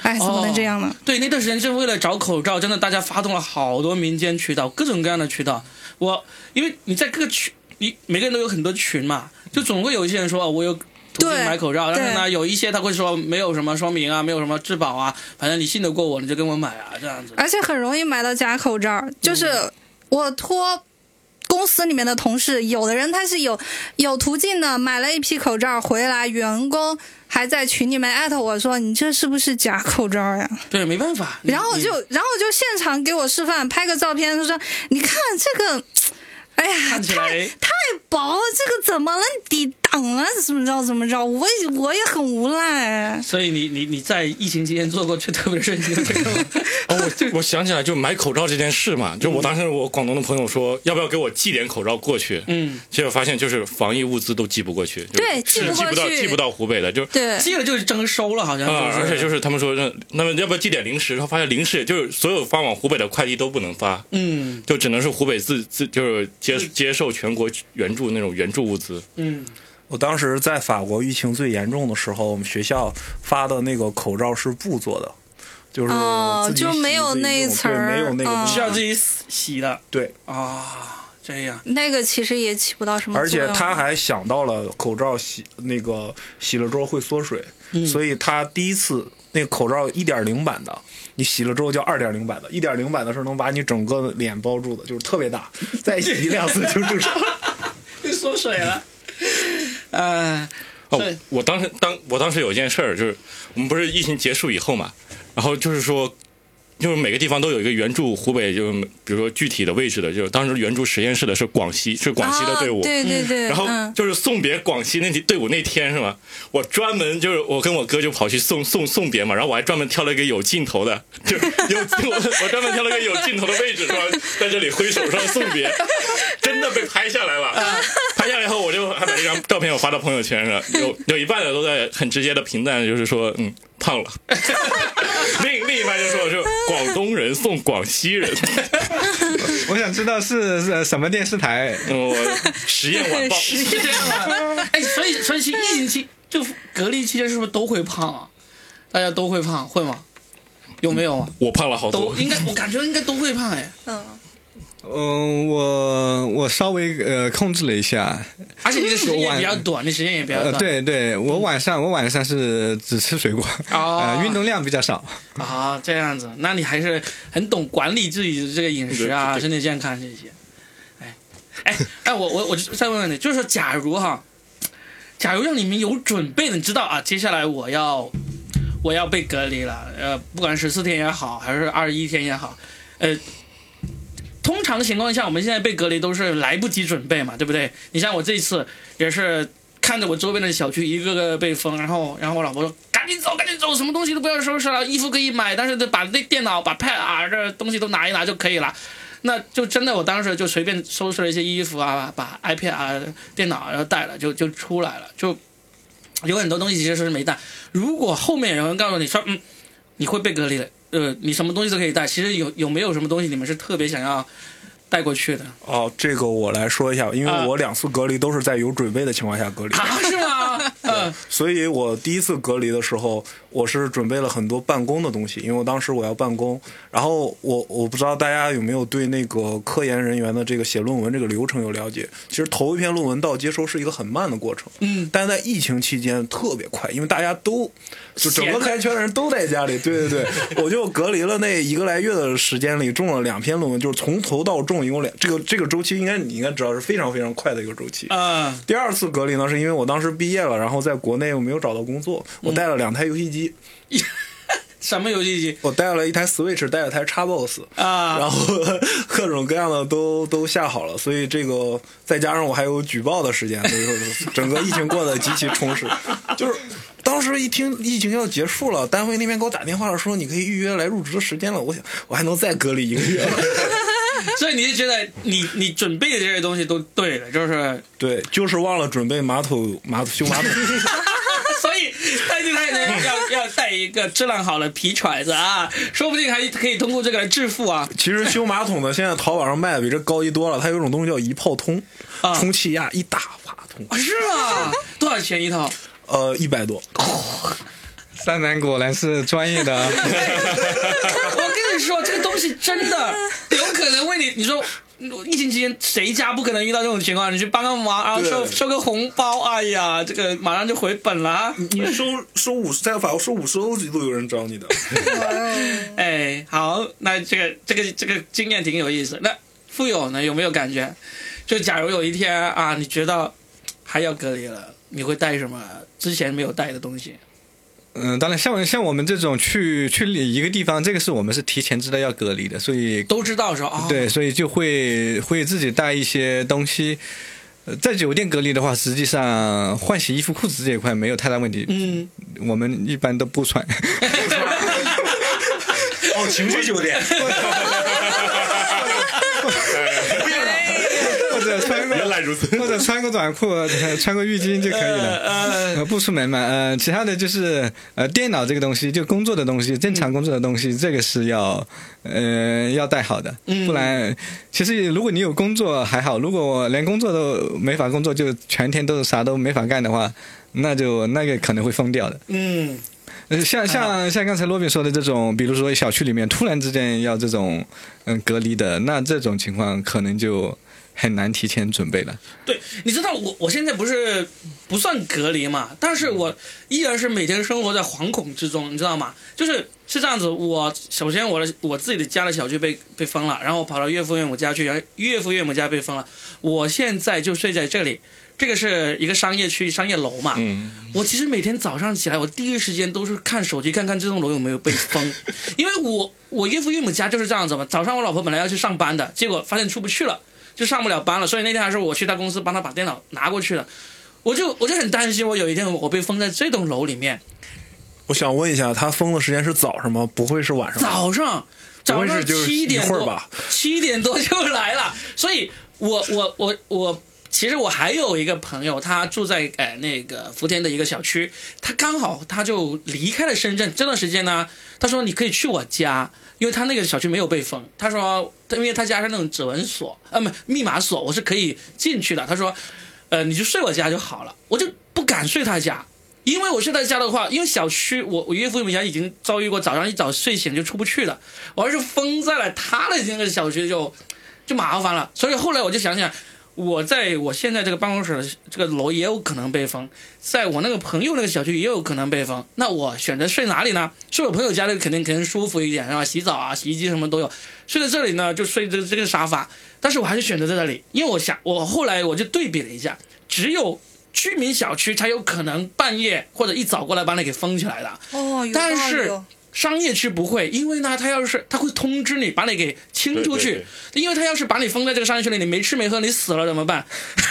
哎，怎哦么嗯能这样呢？对，那段时间是为了找口罩，真的大家发动了好多民间渠道，各种各样的渠道。我因为你在各个群，你每个人都有很多群嘛，就总会有一些人说哦我有途径对买口罩，但是呢，对有一些他会说没有什么说明啊，没有什么质保啊，反正你信得过我，你就跟我买啊，这样子。而且很容易买到假口罩，就是我托。公司里面的同事，有的人他是有有途径的，买了一批口罩回来，员工还在群里面艾特我说：“你这是不是假口罩呀？”对，没办法。你然后就你然后就现场给我示范，拍个照片，他说：“你看这个，哎呀，看起太来太薄，这个怎么能抵挡啊？怎么着怎么着？我也我也很无奈。”所以你你你在疫情期间做过最特别的事情就是这个 吗，哦，我我想起来，就买口罩这件事嘛，就我当时我广东的朋友说，要不要给我寄点口罩过去？嗯，结果发现就是防疫物资都寄不过去，就对寄是不寄过不到去寄不到湖北的，就对，这个就是征收了，好像啊、是而且就是他们说，那那么要不要寄点零食？然后发现零食就是所有发往湖北的快递都不能发，嗯就只能是湖北自自就是接嗯接受全国援助那种援助物资。嗯，我当时在法国疫情最严重的时候，我们学校发的那个口罩是布做的，就是哦自己就洗没有自己那用层对儿没有那个嗯东需西要自己洗的对，啊，这样。那个其实也起不到什么而作且用。啊他还想到了口罩洗那个洗了之后会缩水，所以他第一次那个口罩一点零版的，你洗了之后叫二点零版的，一点零版的是能把你整个脸包住的，就是特别大，再洗两次就正常。又缩水 了。啊呃，哦对，我当时当我当时有一件事儿，就是我们不是疫情结束以后嘛，然后就是说，就是每个地方都有一个援助湖北，就是比如说具体的位置的，就是当时援助实验室的是广西，是广西的队伍。啊、对对对，然后嗯就是送别广西那队伍那天是吗？我专门就是我跟我哥就跑去送送送别嘛，然后我还专门挑了一个有镜头的，就是有我我专门挑了个有镜头的位置是吧？在这里挥手上送别，真的被拍下来嗯了。拍下来以后，我就还把这张照片我发到朋友圈上，有有一半的都在很直接的评价，就是说嗯胖 了。另另一半就说是广东人送广西人，我想知道是是什么电视台。嗯，我实验晚 报。是这样啊。哎，所以所以其实疫情期就隔离期间是不是都会胖啊？大家都会胖，会吗？有没有啊？我胖了好都多，应该，我感觉应该都会胖哎，嗯，嗯，我我稍微呃控制了一下，而且你的时 间也比较短，你时间也比较呃短。，对对，我晚上我晚上是只吃水果，哦呃运动量比较少。啊，这样子，那你还是很懂管理自己的这个饮食啊、对对对身体健康这些。哎，哎，哎，我我我就再问问你，就是说，假如哈，假如让你们有准备的，你知道啊，接下来我要我要被隔离了，呃，不管十四天也好，还是二十一天也好，呃。通常情况下，我们现在被隔离都是来不及准备嘛，对不对？你像我这次也是看着我周边的小区一个个被封，然后然后我老婆说赶紧走，赶紧走，什么东西都不要收拾了，衣服可以买，但是得把那电脑、把 pad 啊这东西都拿一拿就可以了。那就真的，我当时就随便收拾了一些衣服啊，把 iPad 啊、电脑啊然后带了，就就出来了。就有很多东西其实是没带。如果后面有人告诉你说，嗯，你会被隔离了，呃，你什么东西都可以带，其实有有没有什么东西你们是特别想要带过去的哦，这个我来说一下，因啊为我两次隔离都是在有准备的情况下隔离，啊？是吗？ 嗯，所以我第一次隔离的时候，我是准备了很多办公的东西，因为我当时我要办公。然后我我不知道大家有没有对那个科研人员的这个写论文这个流程有了解？其实投一篇论文到接收是一个很慢的过程，嗯，但是在疫情期间特别快，因为大家都就整闲个的开圈的人都在家里，对对对，我就隔离了那一个来月的时间里，中了两篇论文，就是从头到中一共两这个这个周期应该你应该知道是非常非常快的一个周期，啊，第二次隔离呢，是因为我当时毕业了，然后在国内我没有找到工作，我带了两台游戏机，什么游戏 机我带了一台 Switch，带了台 Xbox，啊？然后各种各样的都都下好了，所以这个再加上我还有举报的时间，所以说整个疫情过得极其充实。就是当时一听疫情要结束了，单位那边给我打电话了，说你可以预约来入职的时间了，我想我还能再隔离一个月。所以你就觉得你你准备的这些东西都对的，就是 对，就是忘了准备马桶马桶修马桶。所以但是他也要要带一个质量好的皮揣子啊，说不定还可以通过这个来致富啊。其实修马桶的现在淘宝上卖的比这高级多了，它有一种东西叫一炮通，啊充气压一大把通，啊，是吗？多少钱一 套？呃，一百多。三男果然是专业的， 我跟你说，这个东西真的有可能为你，你说。疫情期间，谁家不可能遇到这种情况？你去帮个忙，然后收对收个红包，哎呀，这个马上就回本了啊。你收收五十，在法国收五十欧都有人找你的。哎，好，那这个这个这个经验挺有意思。那富有呢，有没有感觉？就假如有一天啊，你觉得还要隔离了，你会带什么之前没有带的东西？嗯，当然像我像我们这种去去一个地方，这个是我们是提前知道要隔离的，所以都知道说啊，哦对，所以就会会自己带一些东西。呃在酒店隔离的话，实际上换洗衣服、裤子这一块没有太大问题。嗯，我们一般都不穿。 哦，情趣酒店，或者穿个原来如此 或者穿个短裤，呃穿个浴巾就可以了。呃，不出门嘛。呃，其他的就是呃，电脑这个东西，就工作的东西，正常工作的东西，这个是要呃要带好的。不然，其实如果你有工作还好，如果连工作都没法工作，就全天都是啥都没法干的话，那就那个可能会疯掉的。嗯，呃，像像像刚才罗宾说的这种，比如说小区里面突然之间要这种嗯隔离的，那这种情况可能就很难提前准备了。对，你知道我我现在不是不算隔离嘛，但是我依然是每天生活在惶恐之中，你知道吗？就是是这样子，我首先我的我自己的家的小区被被封了，然后我跑到岳父岳母家去，然后岳父岳母家被封了，我现在就睡在这里。这个是一个商业区，商业楼嘛。嗯我其实每天早上起来，我第一时间都是看手机，看看这栋楼有没有被封， 因为我我岳父岳母家就是这样子嘛。早上我老婆本来要去上班的，结果发现出不去了，就上不了班了。所以那天还是我去他公司帮他把电脑拿过去了。我就我就很担心，我有一天我被封在这栋楼里面， 我想问一下，他封的时间是早上吗？不会是晚上吧？早上不早会上是就是七点一会多儿吧， 七点多就来了，所以我我我我。其实我还有一个朋友，他住在呃那个福田的一个小区，他刚好他就离开了深圳这段时间呢，他说你可以去我家，因为他那个小区没有被封。他说，他因为他家是那种指纹锁，呃，不密码锁，我是可以进去的。他说，呃，你就睡我家就好了，我就不敢睡他家，因为我睡他家的话，因为小区我我岳父岳母家已经遭遇过早上一早睡醒就出不去了，我要是封在了他的那个小区就就麻烦了。所以后来我就想想，我在我现在这个办公室的这个楼也有可能被封，在我那个朋友那个小区也有可能被封。那我选择睡哪里呢？睡我朋友家里肯定肯定舒服一点，然后洗澡啊、洗衣机什么都有。睡在这里呢，就睡这个这个沙发。但是我还是选择在这里，因为我想，我后来我就对比了一下，只有居民小区才有可能半夜或者一早过来把你给封起来的。哦，有但道理是 哦商业区不会，因为呢，他要是他会通知你，把你给清出去。对对因为他要是把你封在这个商业区里，你没吃没喝，你死了怎么办？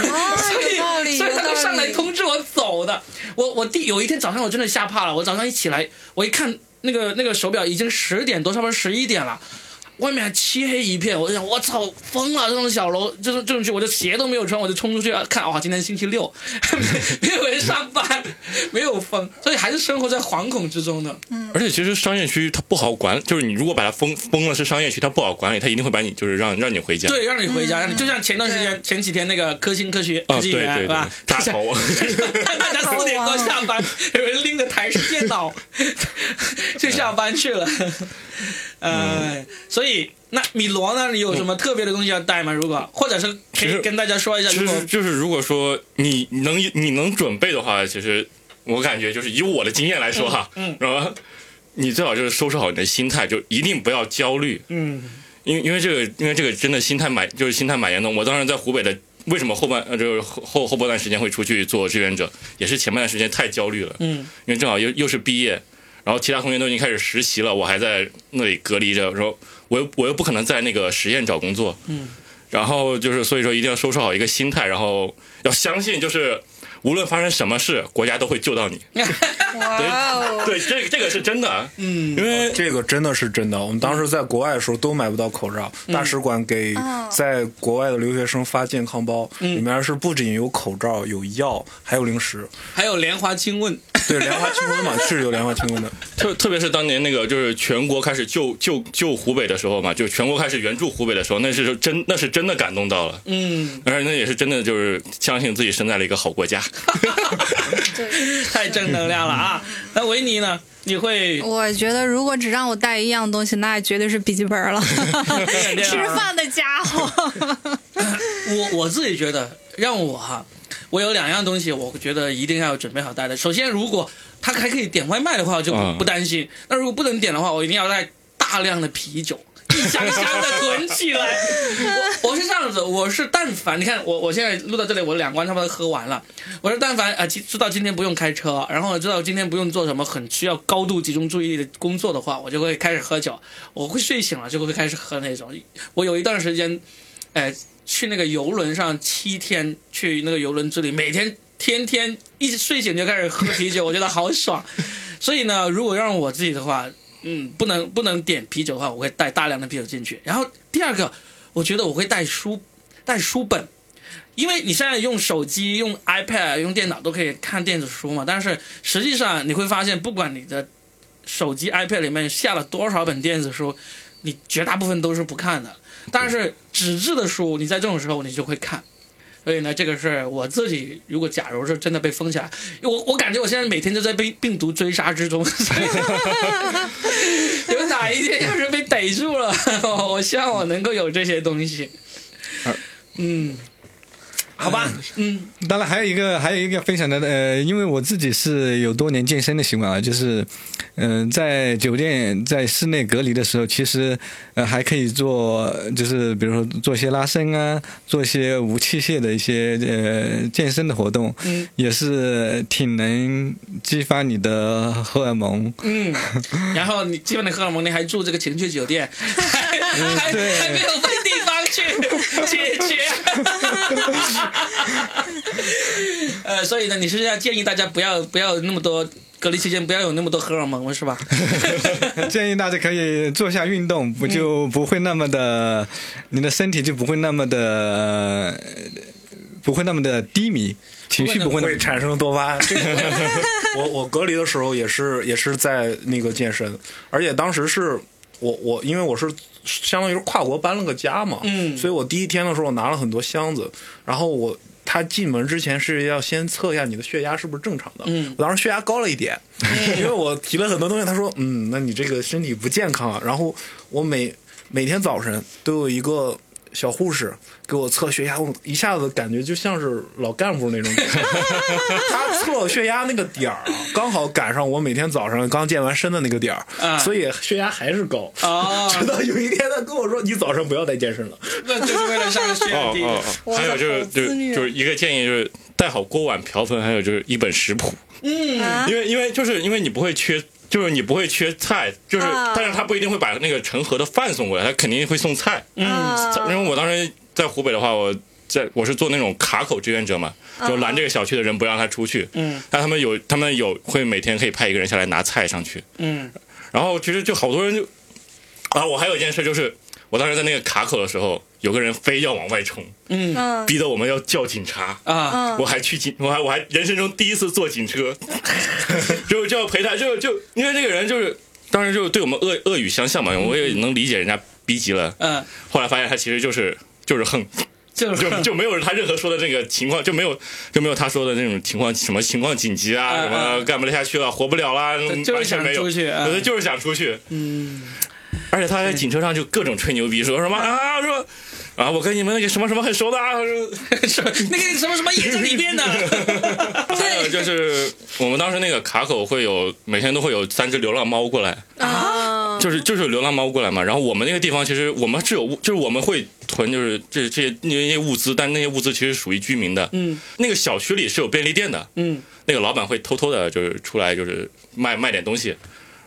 哦所以 有道理所以有他道会理上来通知我走的。我我第有一天早上我真的吓怕了，我早上一起来，我一看那个那个手表已经十点多，差不多十一点了。外面还漆黑一片，我就想，我操，疯了！这种小楼，这种这种区，我就鞋都没有穿，我就冲出去看，哇，今天星期六， 没有人上班，没有风，所以还是生活在惶恐之中的。而且其实商业区它不好管，就是你如果把它封封了是商业区，它不好管理，它一定会把你就是让让你回家。对，让你回家，让你就像前段时间、前几天那个科兴科学科啊，技嗯对园、对是对吧？，大头， 大家四点多下班，有人拎着台式电脑 嗯就下班去了。呃，所以那米罗呢？你有什么特别的东西要带吗？如果或者是可其以实跟大家说一下，其如果实就是如果说你能你能准备的话，其实我感觉就是以我的经验来说哈，嗯然后你最好就是收拾好你的心态，就一定不要焦虑，嗯因为因为这个因为这个真的心态蛮就是心态蛮严的。我当时在湖北的。为什么后半呃就是后后后半段时间会出去做志愿者，也是前半段时间太焦虑了，嗯因为正好又又是毕业，然后其他同学都已经开始实习了，我还在那里隔离着，说我又我又不可能在那个实验找工作，嗯，然后就是所以说一定要收拾好一个心态，然后要相信就是。无论发生什么事，国家都会救到你。哇哦，对，这这个是真的，嗯因为这个真的是真的。我们当时在国外的时候都买不到口罩，嗯大使馆给啊哦在国外的留学生发健康包，嗯里面是不仅有口罩、有药，还有零食。还有莲花清瘟，对，莲花清瘟嘛， 是有莲花清瘟的。特特别是当年那个就是全国开始救救救湖北的时候嘛，就全国开始援助湖北的时候，那是真那是真的感动到了， 嗯，而那也是真的就是相信自己生在了一个好国家。太正能量了啊！那维尼呢？你会我觉得如果只让我带一样东西，那绝对是笔记本 了，啊 吃饭的家伙。我我自己觉得，让我哈，我有两样东西，我觉得一定要准备好带的。首先，如果他还可以点外卖的话，我就不嗯不担心；那如果不能点的话，我一定要带大量的啤酒。一箱箱 的囤起来，我我是这样子，我是但凡你看我我现在录到这里，我两罐差不多喝完了，我是但凡啊、今知道今天不用开车，然后呢知道今天不用做什么很需要高度集中注意力的工作的话，我就会开始喝酒，我会睡醒了就会开始喝那种。我有一段时间，哎、去那个游轮上七天，去那个游轮之旅，每天天天一睡醒就开始喝啤酒，我觉得好爽。所以呢，如果让我自己的话，嗯，不能不能点啤酒的话，我会带大量的啤酒进去。然后第二个，我觉得我会带书，带书本。因为你现在用手机、用 iPad、用电脑都可以看电子书嘛，但是实际上你会发现，不管你的手机、iPad 里面下了多少本电子书，你绝大部分都是不看的。但是纸质的书，你在这种时候你就会看。所以呢，这个是我自己，如果假如是真的被封起来，我我感觉我现在每天都在被病毒追杀之中。所以 有哪一天要是被逮住了， 我希望我能够有这些东西而。嗯，好吧，嗯当然还有一个还有一个分享的呃，因为我自己是有多年健身的习惯啊，就是嗯、在酒店在室内隔离的时候，其实呃还可以做，就是比如说做一些拉伸啊，做一些无器械的一些呃健身的活动，嗯也是挺能激发你的荷尔蒙。嗯，然后你基本的荷尔蒙，你还住这个情趣酒店，还还对还没有被地方去解决。 呃，所以呢，你是要建议大家不要不要有那么多隔离期间不要有那么多荷尔蒙了，是吧？ 建议大家可以做一下运动，不就不会那么的，你的身体就不会那么的，呃不会那么的低迷，情绪不会那会么。产生多巴胺。这个我我隔离的时候也是也是在那个健身，而且当时是我我因为我是相当于是跨国搬了个家嘛，嗯所以我第一天的时候我拿了很多箱子，然后我。他进门之前是要先测一下你的血压是不是正常的。嗯我当时血压高了一点，因为我提了很多东西。他说：“嗯，那你这个身体不健康。”啊。”然后我每每天早晨都有一个小护士给我测血压，我一下子感觉就像是老干部那 种感觉。他测血压那个点儿啊，刚好赶上我每天早上刚健完身的那个点儿，啊所以血压还是高。哦，直到有一天，他跟我说：“你早上不要再健身了。 那就是为了上学哦地。哦，哦还有就是就我的好自是律啊就是一个建议就是带好锅碗瓢盆，还有就是一本食谱， 嗯，啊因为因为就是因为你不会缺。就是你不会缺菜，就是，啊但是他不一定会把那个成盒的饭送过来，他肯定会送菜。嗯因为啊，我当时在湖北的话，我在我是做那种卡口志愿者嘛，就拦这个小区的人不让他出去。嗯，但他们有，他们有会每天可以派一个人下来拿菜上去。嗯，然后其实就好多人就啊，我还有一件事就是，我当时在那个卡口的时候，有个人非要往外冲，嗯，逼得我们要叫警察。啊，嗯我还去警，我还我还人生中第一次坐 警车，就就要陪他，就就因为这个人就是当时就是对我们恶恶语相向嘛，我也能理解人家逼急了。嗯，后来发现他其实就是就是横，就是就就没有他任何说的这个情况，就没有就没有他说的那种情况，什么情况紧急啊，嗯什么嗯干不下去了，活不了啦，嗯就是完全想没有，出去有的嗯就是想出去，嗯，而且他在警车上就各种吹牛逼，说什么啊说啊我跟你们那个什么什么很熟的啊，说是那个什么什么也在里面呢，还有就是我们当时那个卡口会有每天都会有三只流浪猫过来，啊，就是就是有流浪猫过来嘛。然后我们那个地方其实我们是有物，就是我们会囤就是这这些那些物资，但那些物资其实属于居民的。嗯那个小区里是有便利店的，嗯那个老板会偷偷的就是出来就是卖卖点东西。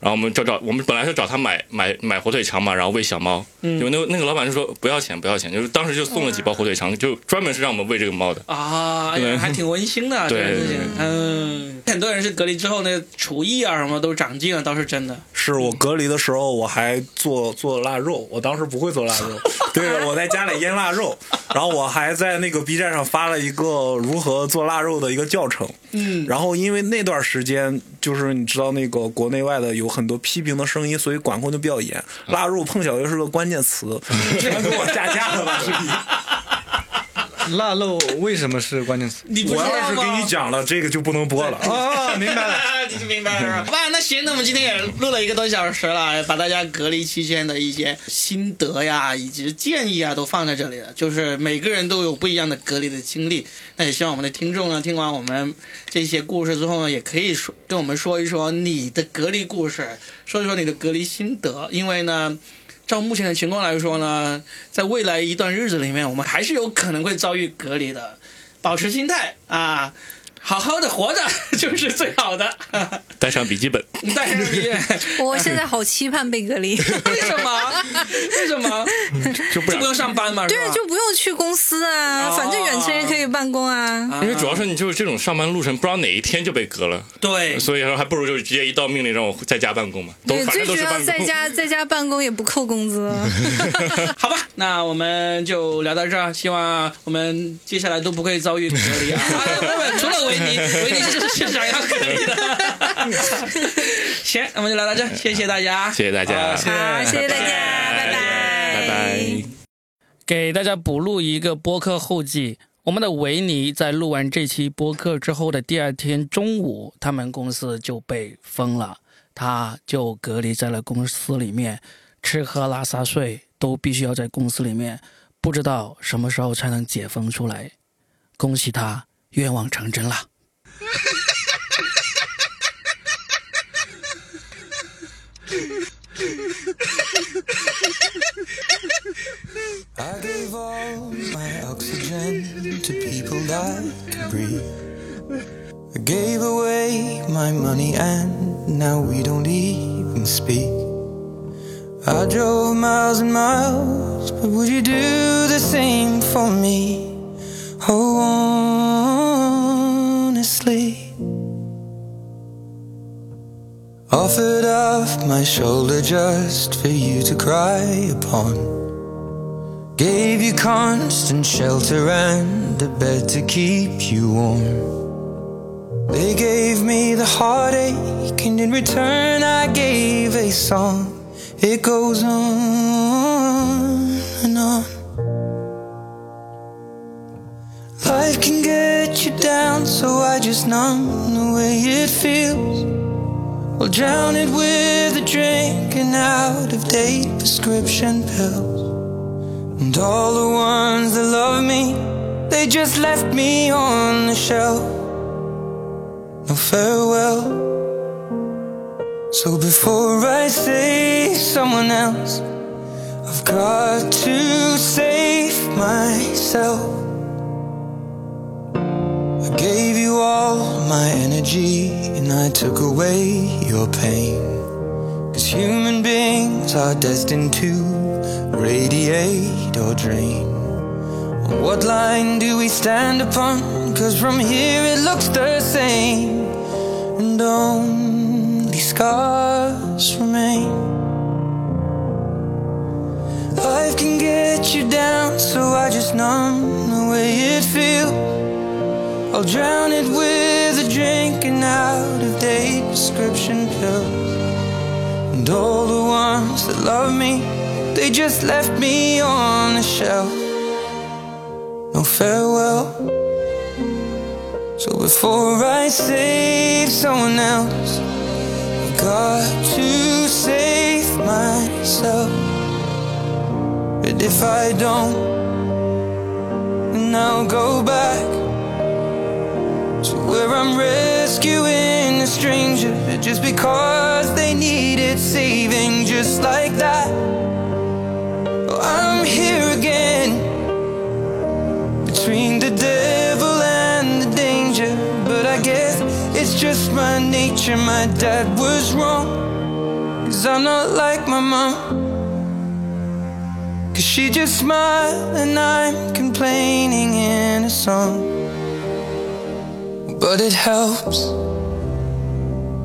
然后我们找找，我们本来是找他买买买火腿肠嘛，然后喂小猫。因为那个那个老板就说不要钱不要钱，就是当时就送了几包火腿肠，就专门是让我们喂这个猫的。啊，哎呀对还挺温馨 的这对件事对对情。嗯，很多人是隔离之后那厨艺啊什么都长进了，倒是真的。是我隔离的时候，我还做做腊肉，我当时不会做腊肉，对，我在家里腌腊肉，然后我还在那个 B 站上发了一个如何做腊肉的一个教程，嗯，然后因为那段时间就是你知道那个国内外的有很多批评的声音，所以管控就比较严，嗯腊肉碰巧又是个关 键词，全给我下架了吧，是你。腊肉为什么是关键词？你不我知要道是跟吗你？讲了，这个就不能播了。 哦，明白了。啊，你 就明白了是吧？哇，那行，那我们今天也录了一个多小时了，把大家隔离期间的一些心得呀，以及建议啊，都放在这里了。就是每个人都有不一样的隔离的经历，那也希望我们的听众呢，听完我们这些故事之后呢，也可以说跟我们说一说你的隔离故事，说一说你的隔离心得，因为呢。照目前的情况来说呢，在未来一段日子里面，我们还是有可能会遭遇隔离的，保持心态啊，好好的活着就是最好的。带上笔记本，但是你我现在好期盼被隔 离，为什么？为什么就不就然不用上班嘛？是对，吧就不用去公司啊，哦反正远程也可以办公啊。啊因为主要是你就是这种上班路程，不知道哪一天就被隔了，对所以说还不如就直接一道命令让我在家办公嘛，都哎对，反最正都主是要办在公。家在家办公也不扣工 资。好吧，那我们就聊到这儿。希望我们接下来都不会遭遇隔离啊！啊不不，除了维尼，维尼是是想要隔离的。行，那我们就聊到这儿，谢谢大家，谢谢大家，好，谢谢大家， 拜拜拜。给大家补录一个播客后记。我们的维尼在录完这期播客之后的第二天中午，他们公司就被封了，他就隔离在了公司里面，吃喝拉撒睡都必须要在公司里面，不知道什么时候才能解封出来。恭喜他，愿望成真了。 I gave all my oxygen to people that can breathe. I gave away my money and now we don't even speak. I drove miles and miles, but would you do the same for me? Oh, honestly. Offered up my shoulder just for you to cry upon. Gave you constant shelter and a bed to keep you warm. They gave me the heartache, and in return, I gave a song. It goes on and on. Life can get you down, so I just numb the way it feels. Well, drown it with a drink and out of date prescription pills. And all the ones that love me, they just left me on the shelf. No farewell. So before I save someone else, I've got to save myself. I gave you all my energy and I took away your pain. Cause human beings are destined to radiate or drain. What line do we stand upon? Cause from here it looks the same. And only scars remain. Life life can get you down, so I just numb the way it feels. I'll drown it with a drink and out of date prescription pills. And all the ones that love me, they just left me on the shelf. No farewell. So before I save someone else, I got to save myself. But if I don't, then I'll go back to where I'm rescuing a stranger just because they needed saving, just like that. Oh, I'm here again between the devil and the danger. But I guess it's just my nature. My dad was wrong. Cause I'm not like my mom. Cause she just smiled and I'm complaining in a song. But it helps.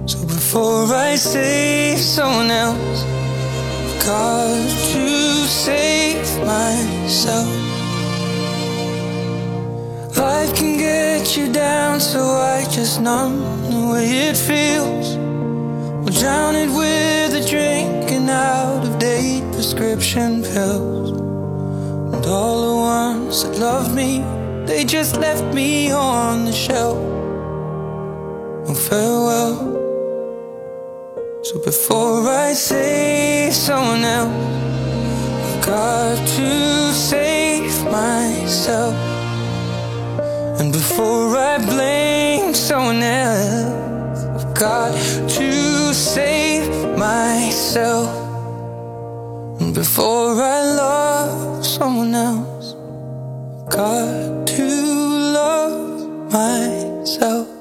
So before I save someone else, I've got to save myself. Life can get you down, so I just numb the way it feels. I'll drown it with a drink and out of date prescription pills. And all the ones that loved me, they just left me on the shelf. Oh, farewell. So before I save someone else, I've got to save myself. And before I blame someone else, I've got to save myself. And before I love someone else, I've got to love myself.